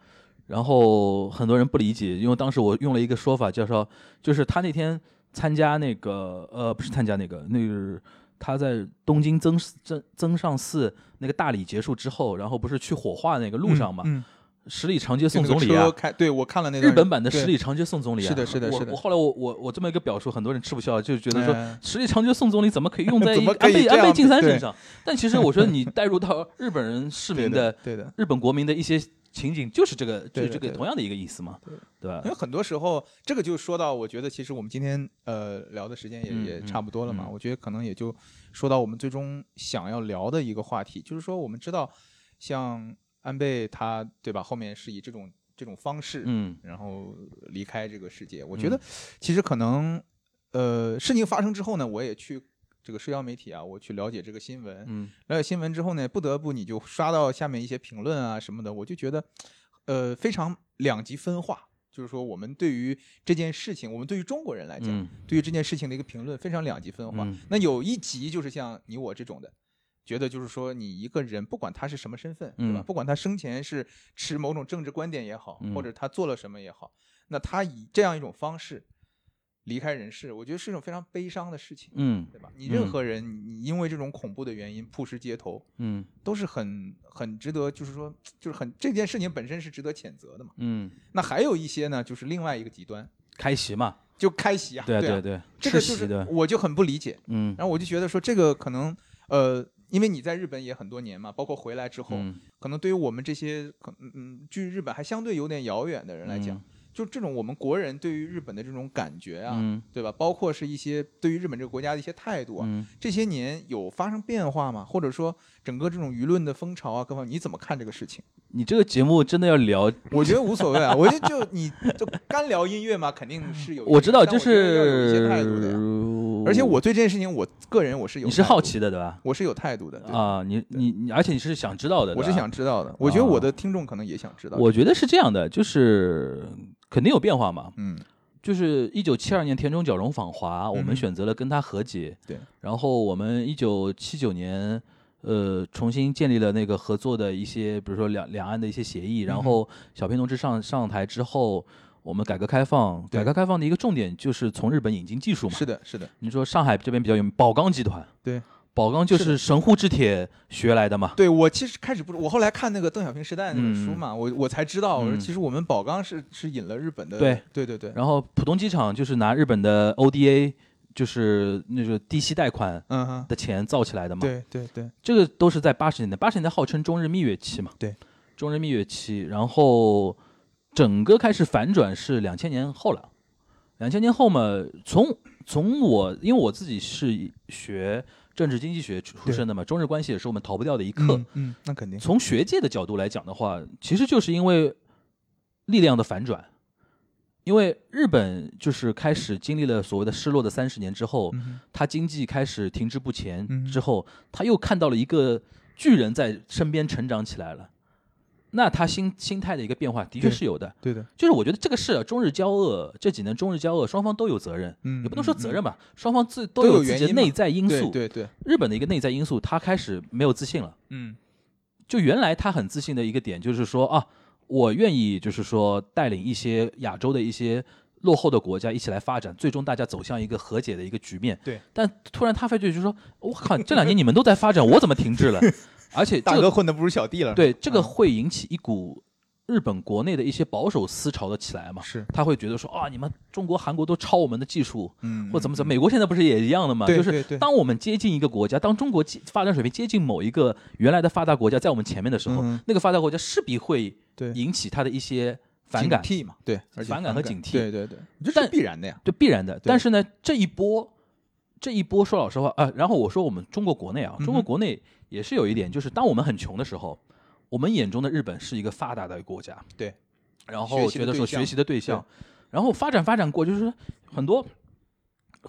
B: 然后很多人不理解，因为当时我用了一个说法叫说，就是他那天参加那个呃不是参加那个那个他在东京增增增上寺那个大礼结束之后，然后不是去火化那个路上嘛，
C: 嗯，
B: 十里长街
C: 就
B: 送
C: 那个
B: 总理啊
C: 车，开，对我看了那
B: 日
C: 段
B: 本版的
C: 对
B: 十里长街送总理啊，
C: 是的是的
B: 我
C: 是的
B: 我后来我我我这么一个表述，很多人吃不消，就觉得说
C: 嗯
B: 十里长街送总理怎么可以用在
C: 怎么可
B: 安
C: 以
B: 倍
C: 这
B: 安
C: 样
B: 倍晋三
C: 对
B: 身上？但其实我觉 得你带入到日本人市
C: 对
B: 民的
C: 对的。
B: 日本国民的一些情景，就是这个就
C: 对
B: 是
C: 的
B: 这个
C: 对的
B: 同样的一个意思嘛，对吧
C: 因为？很多时候，这个就说到，我觉得其实我们今天呃聊的时间也、
B: 嗯
C: 也
B: 嗯
C: 差不多了嘛、
B: 嗯
C: 我觉得可能也就说到我们最终想要聊的一个话题，就是说我们知道，像安倍他对吧，后面是以这种这种方式，
B: 嗯，
C: 然后离开这个世界。我觉得其实可能呃事情发生之后呢，我也去这个社交媒体啊，我去了解这个新闻，
B: 嗯
C: 了解新闻之后呢，不得不你就刷到下面一些评论啊什么的，我就觉得，呃，非常两极分化。就是说，我们对于这件事情，我们对于中国人来讲，
B: 嗯
C: 对于这件事情的一个评论非常两极分化。
B: 嗯
C: 那有一极就是像你我这种的，觉得就是说，你一个人不管他是什么身份，对吧？
B: 嗯
C: 不管他生前是持某种政治观点也好，
B: 嗯
C: 或者他做了什么也好，那他以这样一种方式离开人世，我觉得是一种非常悲伤的事情。
B: 嗯
C: 对吧？你任
B: 嗯
C: 何人，你你因为这种恐怖的原因曝尸街头，
B: 嗯
C: 都是很很值得，就是说，就是很这件事情本身是值得谴责的嘛。
B: 嗯，
C: 那还有一些呢，就是另外一个极端，
B: 开席嘛，
C: 就开席啊，
B: 对
C: 对啊
B: 对对，
C: 这个
B: 吃
C: 就
B: 席
C: 是
B: 的，
C: 我就很不理解，
B: 嗯
C: 然后我就觉得说这个可能呃，因为你在日本也很多年嘛，包括回来之后，
B: 嗯
C: 可能对于我们这些可嗯嗯距日本还相对有点遥远的人来讲，
B: 嗯
C: 就这种我们国人对于日本的这种感觉啊，
B: 嗯
C: 对吧？包括是一些对于日本这个国家的一些态度啊，
B: 嗯
C: 这些年有发生变化吗？或者说整个这种舆论的风潮啊，各方面你怎么看这个事情？
B: 你这个节目真的要聊
C: 我觉得无所谓啊，我就就你就干聊音乐嘛，肯定是有一些，
B: 我知道，
C: 但
B: 就
C: 觉得要有一些
B: 是
C: 态度的呀。而且我对这件事情，我个人我是有
B: 你是好
C: 态
B: 奇的对吧
C: 度，？我是有态度的，对
B: 啊，你你你，而且你是想知道的，
C: 我
B: 对
C: 是
B: 吧
C: 想知道的。我觉得我的听众可能也想知道。
B: 我觉得是这样的，就是肯定有变化嘛。
C: 嗯
B: 就是一九七二年田中角荣访华，我
C: 嗯
B: 们
C: 哼
B: 选择了跟他和解。
C: 对。
B: 然后我们一九七九年，呃，重新建立了那个合作的一些，比如说两两岸的一些协议。
C: 嗯
B: 然
C: 哼
B: 后小平同志上上台之后，我们改革开放，改
C: 对
B: 革开放的一个重点就是从日本引进技术嘛。
C: 是的，是的，
B: 你说上海这边比较有名，宝钢集团。
C: 对。
B: 宝钢就是是神户制铁学来的嘛。
C: 对我其实开始不，我后来看那个邓小平时代那本书嘛，我我才知道，我说
B: 嗯
C: 其实我们宝钢是是引了日本的，
B: 对
C: 对对对，
B: 然后浦东机场就是拿日本的 ODA，就是那个低息贷款
C: 嗯哼，
B: 的钱造起来的嘛。
C: 对对对，
B: 这个都是在八十年代，八十年代号称中日蜜月期嘛。
C: 对，
B: 中日蜜月期，然后整个开始反转是两千年后了。两千年后嘛，从从我因为我自己是学政治经济学出出身的嘛，中日关系也是我们逃不掉的一课。
C: 嗯嗯，那肯定，
B: 从学界的角度来讲的话，其实就是因为力量的反转，因为日本就是开始经历了所谓的失落的三十年之后，
C: 嗯哼
B: 它经济开始停滞不前
C: 嗯
B: 之后，他又看到了一个巨人在身边成长起来了。那他心心态的一个变化，的确
C: 对
B: 是有的。
C: 对的，
B: 就是我觉得这个事啊，中日交恶这几年中日交恶，双方都有责任，
C: 嗯，
B: 也不能说
C: 嗯
B: 责
C: 嗯
B: 任吧，双方自都
C: 都有
B: 自
C: 原
B: 己的
C: 因嘛
B: 内在因素。
C: 对对对，
B: 日本的一个内在因素，他开始没有自信了。
C: 嗯
B: 就原来他很自信的一个点就是说啊，我愿意就是说带领一些亚洲的一些落后的国家一起来发展，最终大家走向一个和解的一个局面。
C: 对，
B: 但突然他发觉就是说，我靠，这两年你们都在发展，我怎么停 滞了？而且
C: 大
B: 这
C: 哥
B: 个
C: 混的不如小弟了，
B: 对这个
C: 嗯
B: 会引起一股日本国内的一些保守思潮的起来嘛。
C: 是，
B: 他会觉得说啊，你们中国、韩国都抄我们的技术，
C: 嗯，
B: 或怎么怎
C: 么，
B: 么，美国现在不是也一样的嘛？
C: 对
B: 就
C: 对
B: 是
C: 对
B: 当我们接近一个国家，当中国接发展水平接近某一个原来的发达国家，在我们前面的时候
C: 嗯，
B: 那个发达国家势必会
C: 对
B: 引起他的一些反
C: 警
B: 感，
C: 惕嘛，对，而且
B: 反感和警惕
C: 对对对，这是
B: 但
C: 必然的呀。
B: 对，必然的。但是呢，这一波，这一波说老实话啊，然后我说我们中国国内啊，中
C: 嗯
B: 国
C: 哼
B: 国内也是有一点，就是当我们很穷的时候，我们眼中的日本是一个发达的国家，
C: 对，
B: 然
C: 学
B: 后
C: 习
B: 觉
C: 的
B: 得
C: 对
B: 说
C: 象
B: 学习的对象，然后发展发展过，就是说很多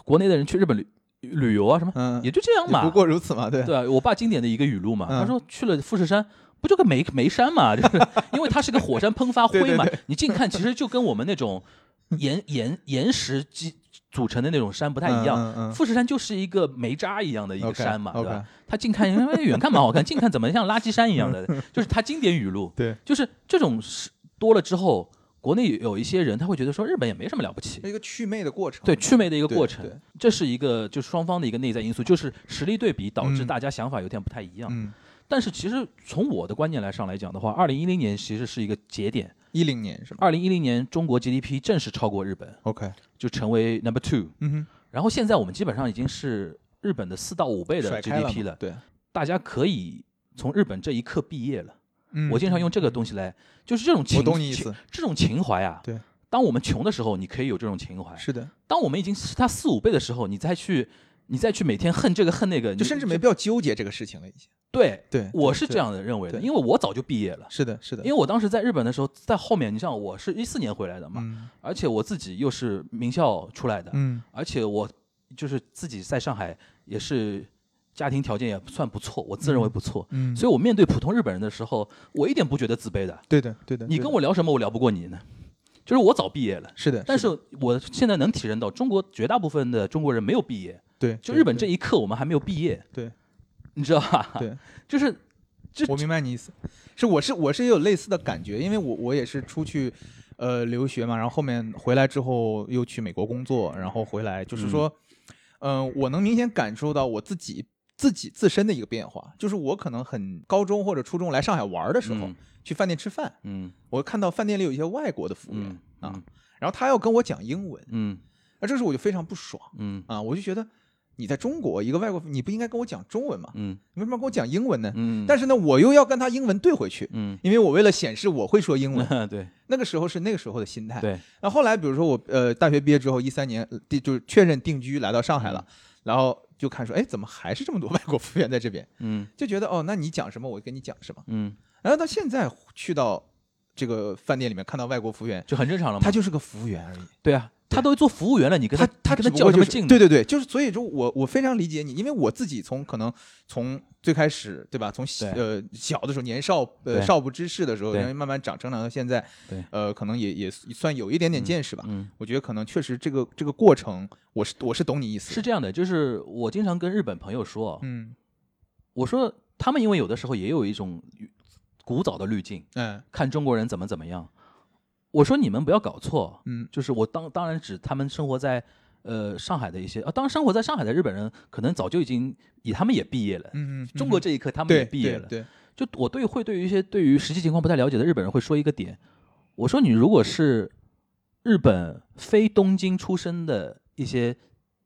B: 国内的人去日本旅旅游啊什么，
C: 嗯，
B: 也就这样
C: 也
B: 嘛。
C: 不过如此嘛，对
B: 对啊，我爸经典的一个语录嘛，他
C: 嗯
B: 说去了富士山。不就跟煤煤山嘛，就是因为它是个火山喷发 灰嘛，你近看其实就跟我们那种岩岩岩石基组成的那种山不太一样。
C: 嗯嗯嗯
B: 富士山就是一个煤渣一样的一个
C: OK，
B: 山嘛，对
C: OK
B: 吧？它近看，哎远看蛮好看，近看怎么像垃圾山一样的？ 就是它经典语录。
C: 嗯 对，
B: 就是这种事多了之后，国内有一些人他会觉得说日本也没什么了不起，
C: 一个祛魅的过程，
B: 对祛魅的一个
C: 哎对
B: 过程
C: 对，
B: 这是一个就是双方的一个内在因素，就是实力对比导致
C: 嗯
B: 大家想法有点不太一样。
C: 嗯，
B: 但是其实从我的观念来上来讲的话，二零一零年其实是一个节点，
C: 一零年是吧
B: 二零一零年中国 GDP 正式超过日本，
C: ？OK，
B: 就成为 number two。
C: 嗯
B: 然后现在我们基本上已经是日本的四到五倍
C: 哼，
B: 的
C: 甩开
B: GDP
C: 嘛
B: 了
C: 对，
B: 大家可以从日本这一刻毕业了。
C: 嗯
B: 我经常用这个东西来，就是这种情，
C: 我懂你意
B: 情
C: 思，
B: 这种情怀啊。
C: 对。
B: 当我们穷的时候，你可以有这种情怀；
C: 是的，
B: 当我们已经是他四五倍的时候，你再去，你再去每天恨这个恨那个，
C: 就
B: 你
C: 甚至没必要纠结这个事情了，已经。
B: 对。
C: 对，
B: 我是
C: 对
B: 这，样的认为的，
C: 对
B: 因为我早就毕业了。
C: 是的，是的，
B: 因为我当时在日本的时候，在后面，你像我是一四年回来的嘛，
C: 嗯
B: 而且我自己又是名校出来的，
C: 嗯
B: 而且我就是自己在上海也是家庭条件也算不错，我自认为不错，
C: 嗯，
B: 所以我面对普通日本人的时候，我一点不觉得自卑的。
C: 对的，对的，
B: 你
C: 对
B: 跟
C: 的
B: 我聊什么，我聊不过你呢？就是我早毕业了。
C: 是的，
B: 但
C: 的
B: 是我现在能体认到，中国绝大部分的中国人没有毕业，
C: 对，
B: 就
C: 对
B: 日本这
C: 对
B: 一刻我们还没有毕业，
C: 对
B: 你知道吧？
C: 对，
B: 就是这
C: 我明白你意思，是我是我是也有类似的感觉，因为我我也是出去，呃，留学嘛，然后后面回来之后又去美国工作，然后回来就是说，嗯、我能明显感受到我自己自己自身的一个变化，就是我可能很高中或者初中来上海玩的时候，
B: 嗯
C: 去饭店吃饭，
B: 嗯
C: 我看到饭店里有一些外国的服务员、
B: 嗯
C: 啊，然后他要跟我讲英文，
B: 嗯
C: 那这时候我就非常不爽
B: 嗯
C: 啊，我就觉得你在中国一个外国，你不应该跟我讲中文吗？
B: 嗯
C: 你为什么要跟我讲英文呢？
B: 嗯，
C: 但
B: 是
C: 是呢，我又要跟他英文对回去，
B: 嗯，
C: 因为我为了显示我会说英 文，
B: 对
C: 那个时候是那个时候的心态。。
B: 对，
C: 那后来，比如说我呃大学毕业之后，一三年呃定就是确认定居来到上海了，
B: 嗯
C: 然后就看说，哎，怎么还是这么多外国服务员在这边？
B: 嗯
C: 就觉得哦，那你讲什么我跟你讲什么。
B: 嗯，
C: 然后到现在去到这个饭店里面看到外国服务员，
B: 就很正常了嘛。
C: 他就是个服务员而已。
B: 对啊，他都做服务员了，你跟
C: 他
B: 他
C: 他
B: 跟他
C: 只不
B: 较
C: 过
B: 什
C: 就
B: 么
C: 是
B: 劲呢？
C: 对对对，就是所以说我我非常理解你，因为我自己从可能从最开始对吧，从小
B: 对
C: 呃小的时候年少呃
B: 对
C: 少不知事的时候，
B: 对
C: 然后慢慢长成长到现在
B: 对，
C: 呃可能也也算有一点点见识吧。
B: 嗯，
C: 我觉得可能确实这个这个过程，我是我是懂你意思，
B: 是这样的，就是我经常跟日本朋友说，
C: 嗯
B: 我说他们因为有的时候也有一种古早的滤镜，
C: 嗯
B: 看中国人怎么怎么样。我说你们不要搞错，
C: 嗯
B: 就是我当当然指他们生活在呃上海的一些啊，当然生活在上海的日本人可能早就已经以他们也毕业了，
C: 嗯嗯，
B: 中国
C: 嗯
B: 这一刻他们也
C: 对
B: 毕业
C: 对
B: 了。
C: 对，
B: 就我对会对于一些对于实际情况不太了解的日本人会说一个点，我说你如果是日本非东京出生的一些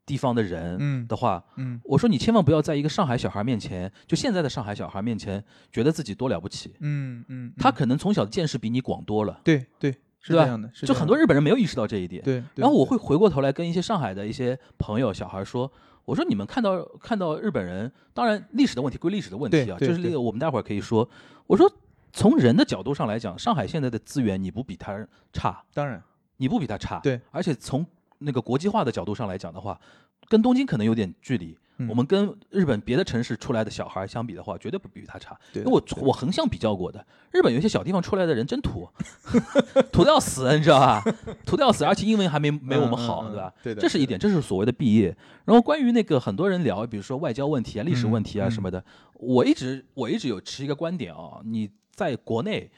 B: 地方的人
C: 嗯
B: 的话，
C: 嗯
B: 我说你千万不要在一个上海小孩面前，就现在的上海小孩面前，觉得自己多了不起，
C: 嗯嗯，
B: 他
C: 嗯
B: 可能从小见识比你广多了，
C: 对对
B: 对
C: 是这
B: 吧
C: 样的，是
B: 就
C: 这
B: 很
C: 样
B: 多
C: 的
B: 日本人没有意识到这一点。
C: 对，对
B: 然后我
C: 对
B: 会回过头来跟一些上海的一些朋友、小孩说，我说你们看到看到日本人，当然历史的问题归历史的问题啊，
C: 对对
B: 就是那
C: 对
B: 个我们待会儿可以说。我说从人的角度上来讲，上海现在的资源你不比他差，
C: 当然
B: 你不比他差，
C: 对，
B: 而且从那个国际化的角度上来讲的话，跟东京可能有点距离。
C: 嗯
B: 我们跟日本别的城市出来的小孩相比的话，绝对不比他差。
C: 对
B: 因为我
C: 对
B: 我横向比较过的，日本有些小地方出来的人真土， 土的要死，你知道吧？ 土的要死，而且英文还没没我们好，
C: 嗯嗯嗯
B: 对吧？
C: 对的
B: 这是一点，这是所谓的毕业。然后关于那个很多人聊，比如说外交问题啊、历史问题啊
C: 嗯
B: 什么的，我一直我一直有持一个观点啊，你在国内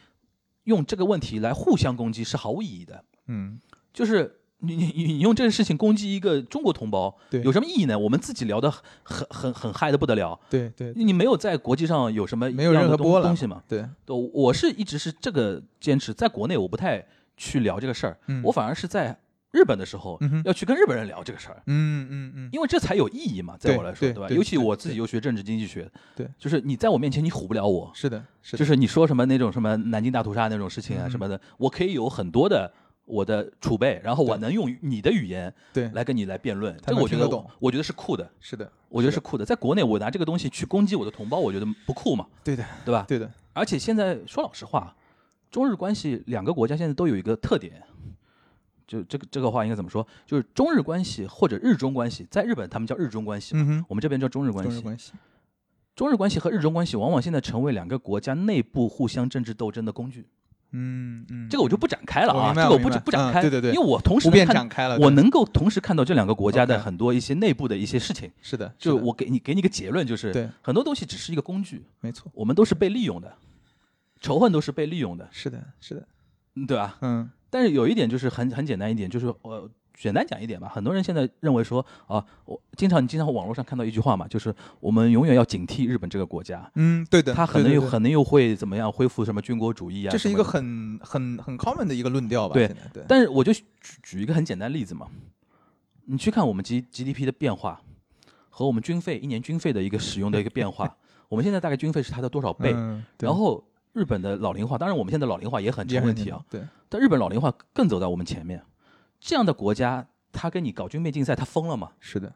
B: 用这个问题来互相攻击是毫无意义的，
C: 嗯
B: 就是。你你你你用这个事情攻击一个中国同胞，
C: 对
B: 有什么意义呢？我们自己聊的很很很嗨的不得了，
C: 对对
B: 你没有在国际上有什么
C: 没有
B: 样
C: 任
B: 的
C: 何
B: 东
C: 波澜
B: 东西嘛？
C: 对，
B: 对，我是一直是这个坚持，在国内我不太去聊这个事儿，
C: 嗯
B: 我反而是在日本的时候，
C: 嗯哼
B: 要去跟日本人聊这个事儿，
C: 嗯嗯嗯，
B: 因为这才有意义嘛，在
C: 对
B: 我来说，
C: 对
B: 对吧？
C: 对
B: 尤其
C: 对
B: 我自己
C: 对
B: 又学政治经济学，
C: 对
B: 就是你在我面前你唬不了我，
C: 是的，是的，嗯
B: 就是你说什么那种什么南京大屠杀那种事情啊什么的，我可以有很多的我的储备，然后我
C: 对
B: 能用你的语言
C: 对，
B: 来跟你来辩论，这个
C: 他能
B: 我觉
C: 听
B: 得
C: 得
B: 我
C: 懂
B: 我觉得是酷的，
C: 是的，
B: 我觉得
C: 是
B: 是酷的。在国内，我拿这个东西去攻击我的同胞，我觉得不酷嘛，
C: 对的，
B: 对吧？
C: 对的，
B: 而且现在说老实话，中日关系两个国家现在都有一个特点，就这个这个话应该怎么说？就是中日关系或者日中关系，在日本他们叫日中关系嘛，
C: 嗯哼，
B: 我们这边叫中日关
C: 中
B: 系。
C: 日关系，
B: 中日关系和日中关系往往现在成为两个国家内部互相政治斗争的工具。
C: 嗯嗯，
B: 这个我就不展开了
C: 我
B: 啊，
C: 明白
B: 这个
C: 我
B: 不
C: 明白
B: 不展
C: 嗯
B: 开，
C: 对对对
B: 因为我同时
C: 不
B: 能
C: 便
B: 看
C: 展开了，
B: 我
C: 对
B: 能够同时看到这两个国家的
C: OK
B: 很多一些内部的一些事情。
C: 是的，
B: 就是
C: 的
B: 我给你给你个结论，就是
C: 对
B: 很多东西只是一个工具，
C: 没错，
B: 我们都是被利用的，仇恨都是被利用的，
C: 是的，是的，
B: 嗯对吧？
C: 嗯，
B: 但是有一点就是很很简单一点，就是呃，简单讲一点吧。很多人现在认为说啊，我经常你经常网络上看到一句话嘛，就是我们永远要警惕日本这个国家，
C: 嗯，对的，
B: 它可
C: 对
B: 能
C: 对
B: 又
C: 对
B: 可能又会怎么样恢复什么军国主义啊？
C: 这是一
B: 什么
C: 个
B: 的。
C: 很很很 common 的一个论调吧？
B: 对
C: 现在对，
B: 但是我就举举一个很简单的例子嘛，你去看我们 G GDP 的变化和我们军费一年军费的一个使用的一个变 化，我们现在大概军费是它的多少倍？
C: 嗯对
B: 然后日本的老龄化，当然我们现在老龄化也很
C: 也
B: 成
C: 很
B: 问题
C: 严
B: 啊
C: 重，，对，
B: 但日本老龄化更走在我们前面。这样的国家，他跟你搞军备竞赛，他疯了 吗？
C: 是的，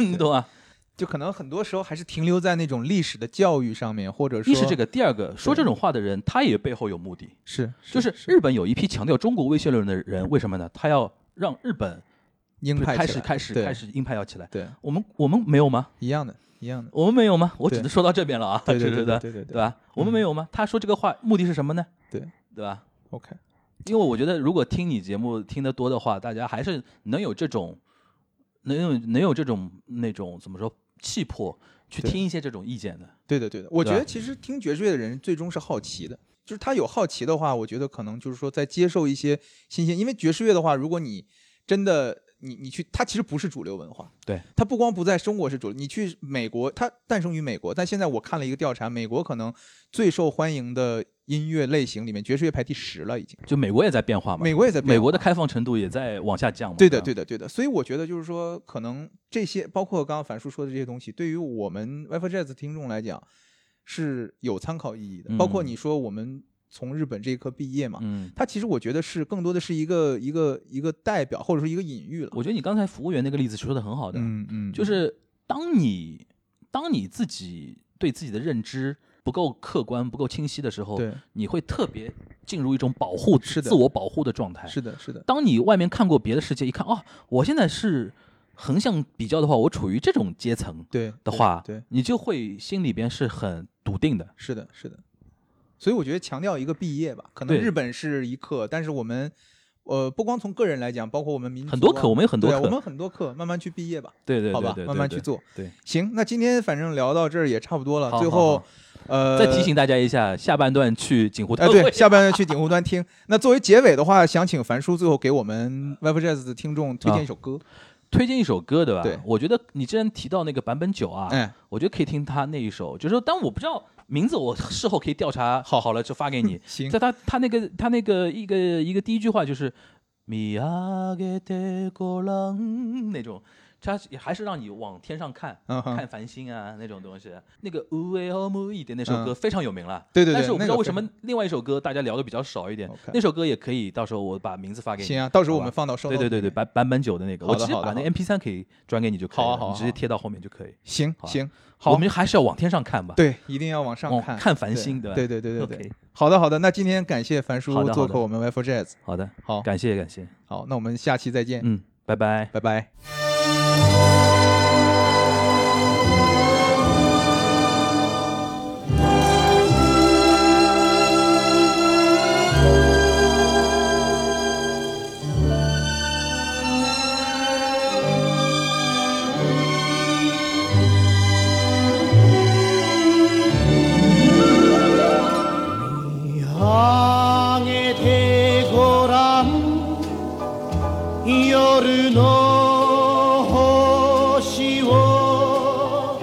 B: 你懂吧？
C: 就可能很多时候还是停留在那种历史的教育上面，或者说
B: 一是这个，第二个说这种话的人，他也背后有目的。
C: 是
B: 就是日本有一批强调中国威胁论的人，为什么呢？他要让日本
C: 鹰派
B: 开
C: 起
B: 始
C: 来
B: 开始
C: 对
B: 开始鹰派要起来。
C: 对
B: 我们我们没有吗？
C: 一样的，一样的，
B: 我们没有吗？我只
C: 对
B: 能说到这边了啊，
C: 对对
B: 对
C: 对
B: 对
C: 对对
B: 对吧？我们没有吗？他说这个话目的是什么呢？
C: 对
B: 对吧？
C: ，OK，
B: 因为我觉得，如果听你节目听得多的话，大家还是能有这种，能有能有这种那种怎么说气魄去
C: 对
B: 听一些这种意见的。
C: 对的对的，我觉
B: 对吧
C: 得其实听爵士乐的人最终是好奇的，就是他有好奇的话，我觉得可能就是说在接受一些新鲜，因为爵士乐的话，如果你真的你你去，它其实不是主流文化，
B: 对，
C: 它不光不在中国是主流，你去美国，它诞生于美国，但现在我看了一个调查，美国可能最受欢迎的音乐类型里面，爵士乐排第十了已经，
B: 就美国也在变化嘛，
C: 美国也在变
B: 美国的
C: 化
B: 开放程度也在往下降嘛。
C: 对的，
B: 吧
C: 对的，对的。所以我觉得就是说，可能这些包括刚刚樊叔说的这些东西，对于我们 WiFi Jazz 听众来讲是有参考意义的。包括
B: 嗯
C: 你说我们从日本这一科毕业嘛，
B: 嗯，
C: 它其实我觉得是更多的是一个一个一个代表，或者说一个隐喻了。
B: 我觉得你刚才服务员那个例子说的很好的，
C: 嗯嗯，
B: 就是当你当你自己对自己的认知不够客观、不够清晰的时候，
C: 对，
B: 你会特别进入一种保护、
C: 是的
B: 自我保护的状态。
C: 嗯是的，是的，
B: 当你外面看过别的世界，一看哦，我现在是横向比较的话，我处于这种阶层
C: 对
B: 的
C: 对
B: 话，
C: 对，
B: 你就会心里边是很笃定的。
C: 是的，是的。所以我觉得强调一个毕业吧，可能
B: 对
C: 日本是一课，但是我们。呃，不光从个人来讲，包括我们民族啊、
B: 很多课我们有很多
C: 对啊
B: 课
C: 我们很多课慢慢去毕业吧。
B: 对对
C: 好
B: 对
C: 吧
B: 对，，
C: 慢慢去。做。
B: 对，
C: 行，那今天反正聊到这儿也差不多了。
B: 好
C: 最
B: 好
C: 后
B: 好，
C: 呃，
B: 再提醒大家一下，下半段去锦湖
C: 啊，
B: 特
C: 对，
B: 会
C: 下半段去景湖端听。那作为结尾的话，想请樊叔最后给我 们 w e b Jazz 的听众
B: 啊
C: 推荐一首歌。
B: 推荐一首歌，对吧？
C: 对
B: 我觉得你之前提到那个版本九啊，
C: 哎，。
B: 我觉得可以听他那一首，就是说，但我不知道名字，我事后可以调查好好了就发给你
C: 行
B: 在他他那个他那个一个一个第一句话就是“米亚给的过浪”那种，他还是让你往天上看。
C: 嗯
B: 看
C: 哼，
B: 繁星啊那种东西，那个乌维奥姆伊的那首歌
C: 嗯
B: 非常有名了，
C: 对对对
B: 但是我不知
C: 那
B: 道
C: 个
B: 为什
C: 非
B: 么另外一首歌大家聊的比较少一点
C: OK，
B: 那首歌也可以，到时候我把名字发给你。
C: 行啊，到时候我
B: 好吧
C: 们放到收。
B: 对对对对，。版版本九的那个，
C: 好
B: 我
C: 的
B: 直接
C: 好的
B: 把那
C: 好
B: M P 三可以转给你就可以
C: 好啊
B: 了，
C: 好啊
B: 你直接贴到后面就可以。
C: 行
B: 好吧
C: 行，
B: 我
C: 好，
B: 们还是要往天上看吧。
C: 对，一定要往上
B: 往
C: 看，
B: 看繁星对吧
C: 对对对对对
B: OK。
C: 好的好的，那今天感谢樊叔
B: 好的好
C: 做
B: 的
C: 客我们 w e b Jazz。
B: 好的，
C: 好哎
B: 感谢感谢，
C: 好，那我们下期再见，
B: 嗯，拜拜。
C: 拜拜。
D: 上げてごらん夜の星を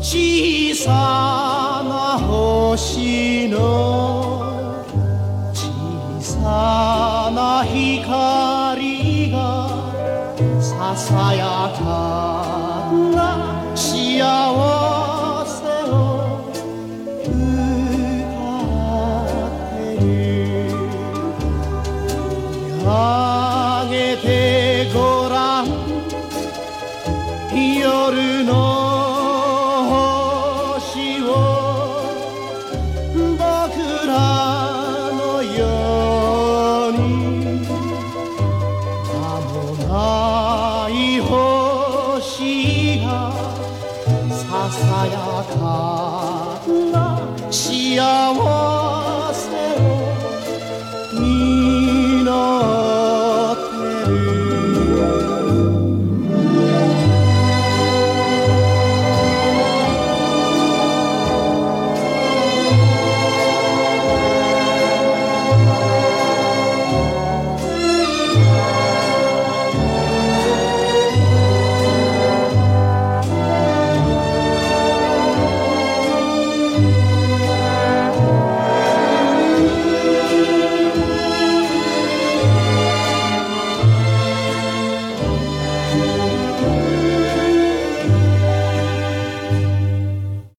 D: 小さな星の小さな光が朝やから幸せを歌ってる見上げてごらん夜の星を僕らのように名もない星がささやかな幸せ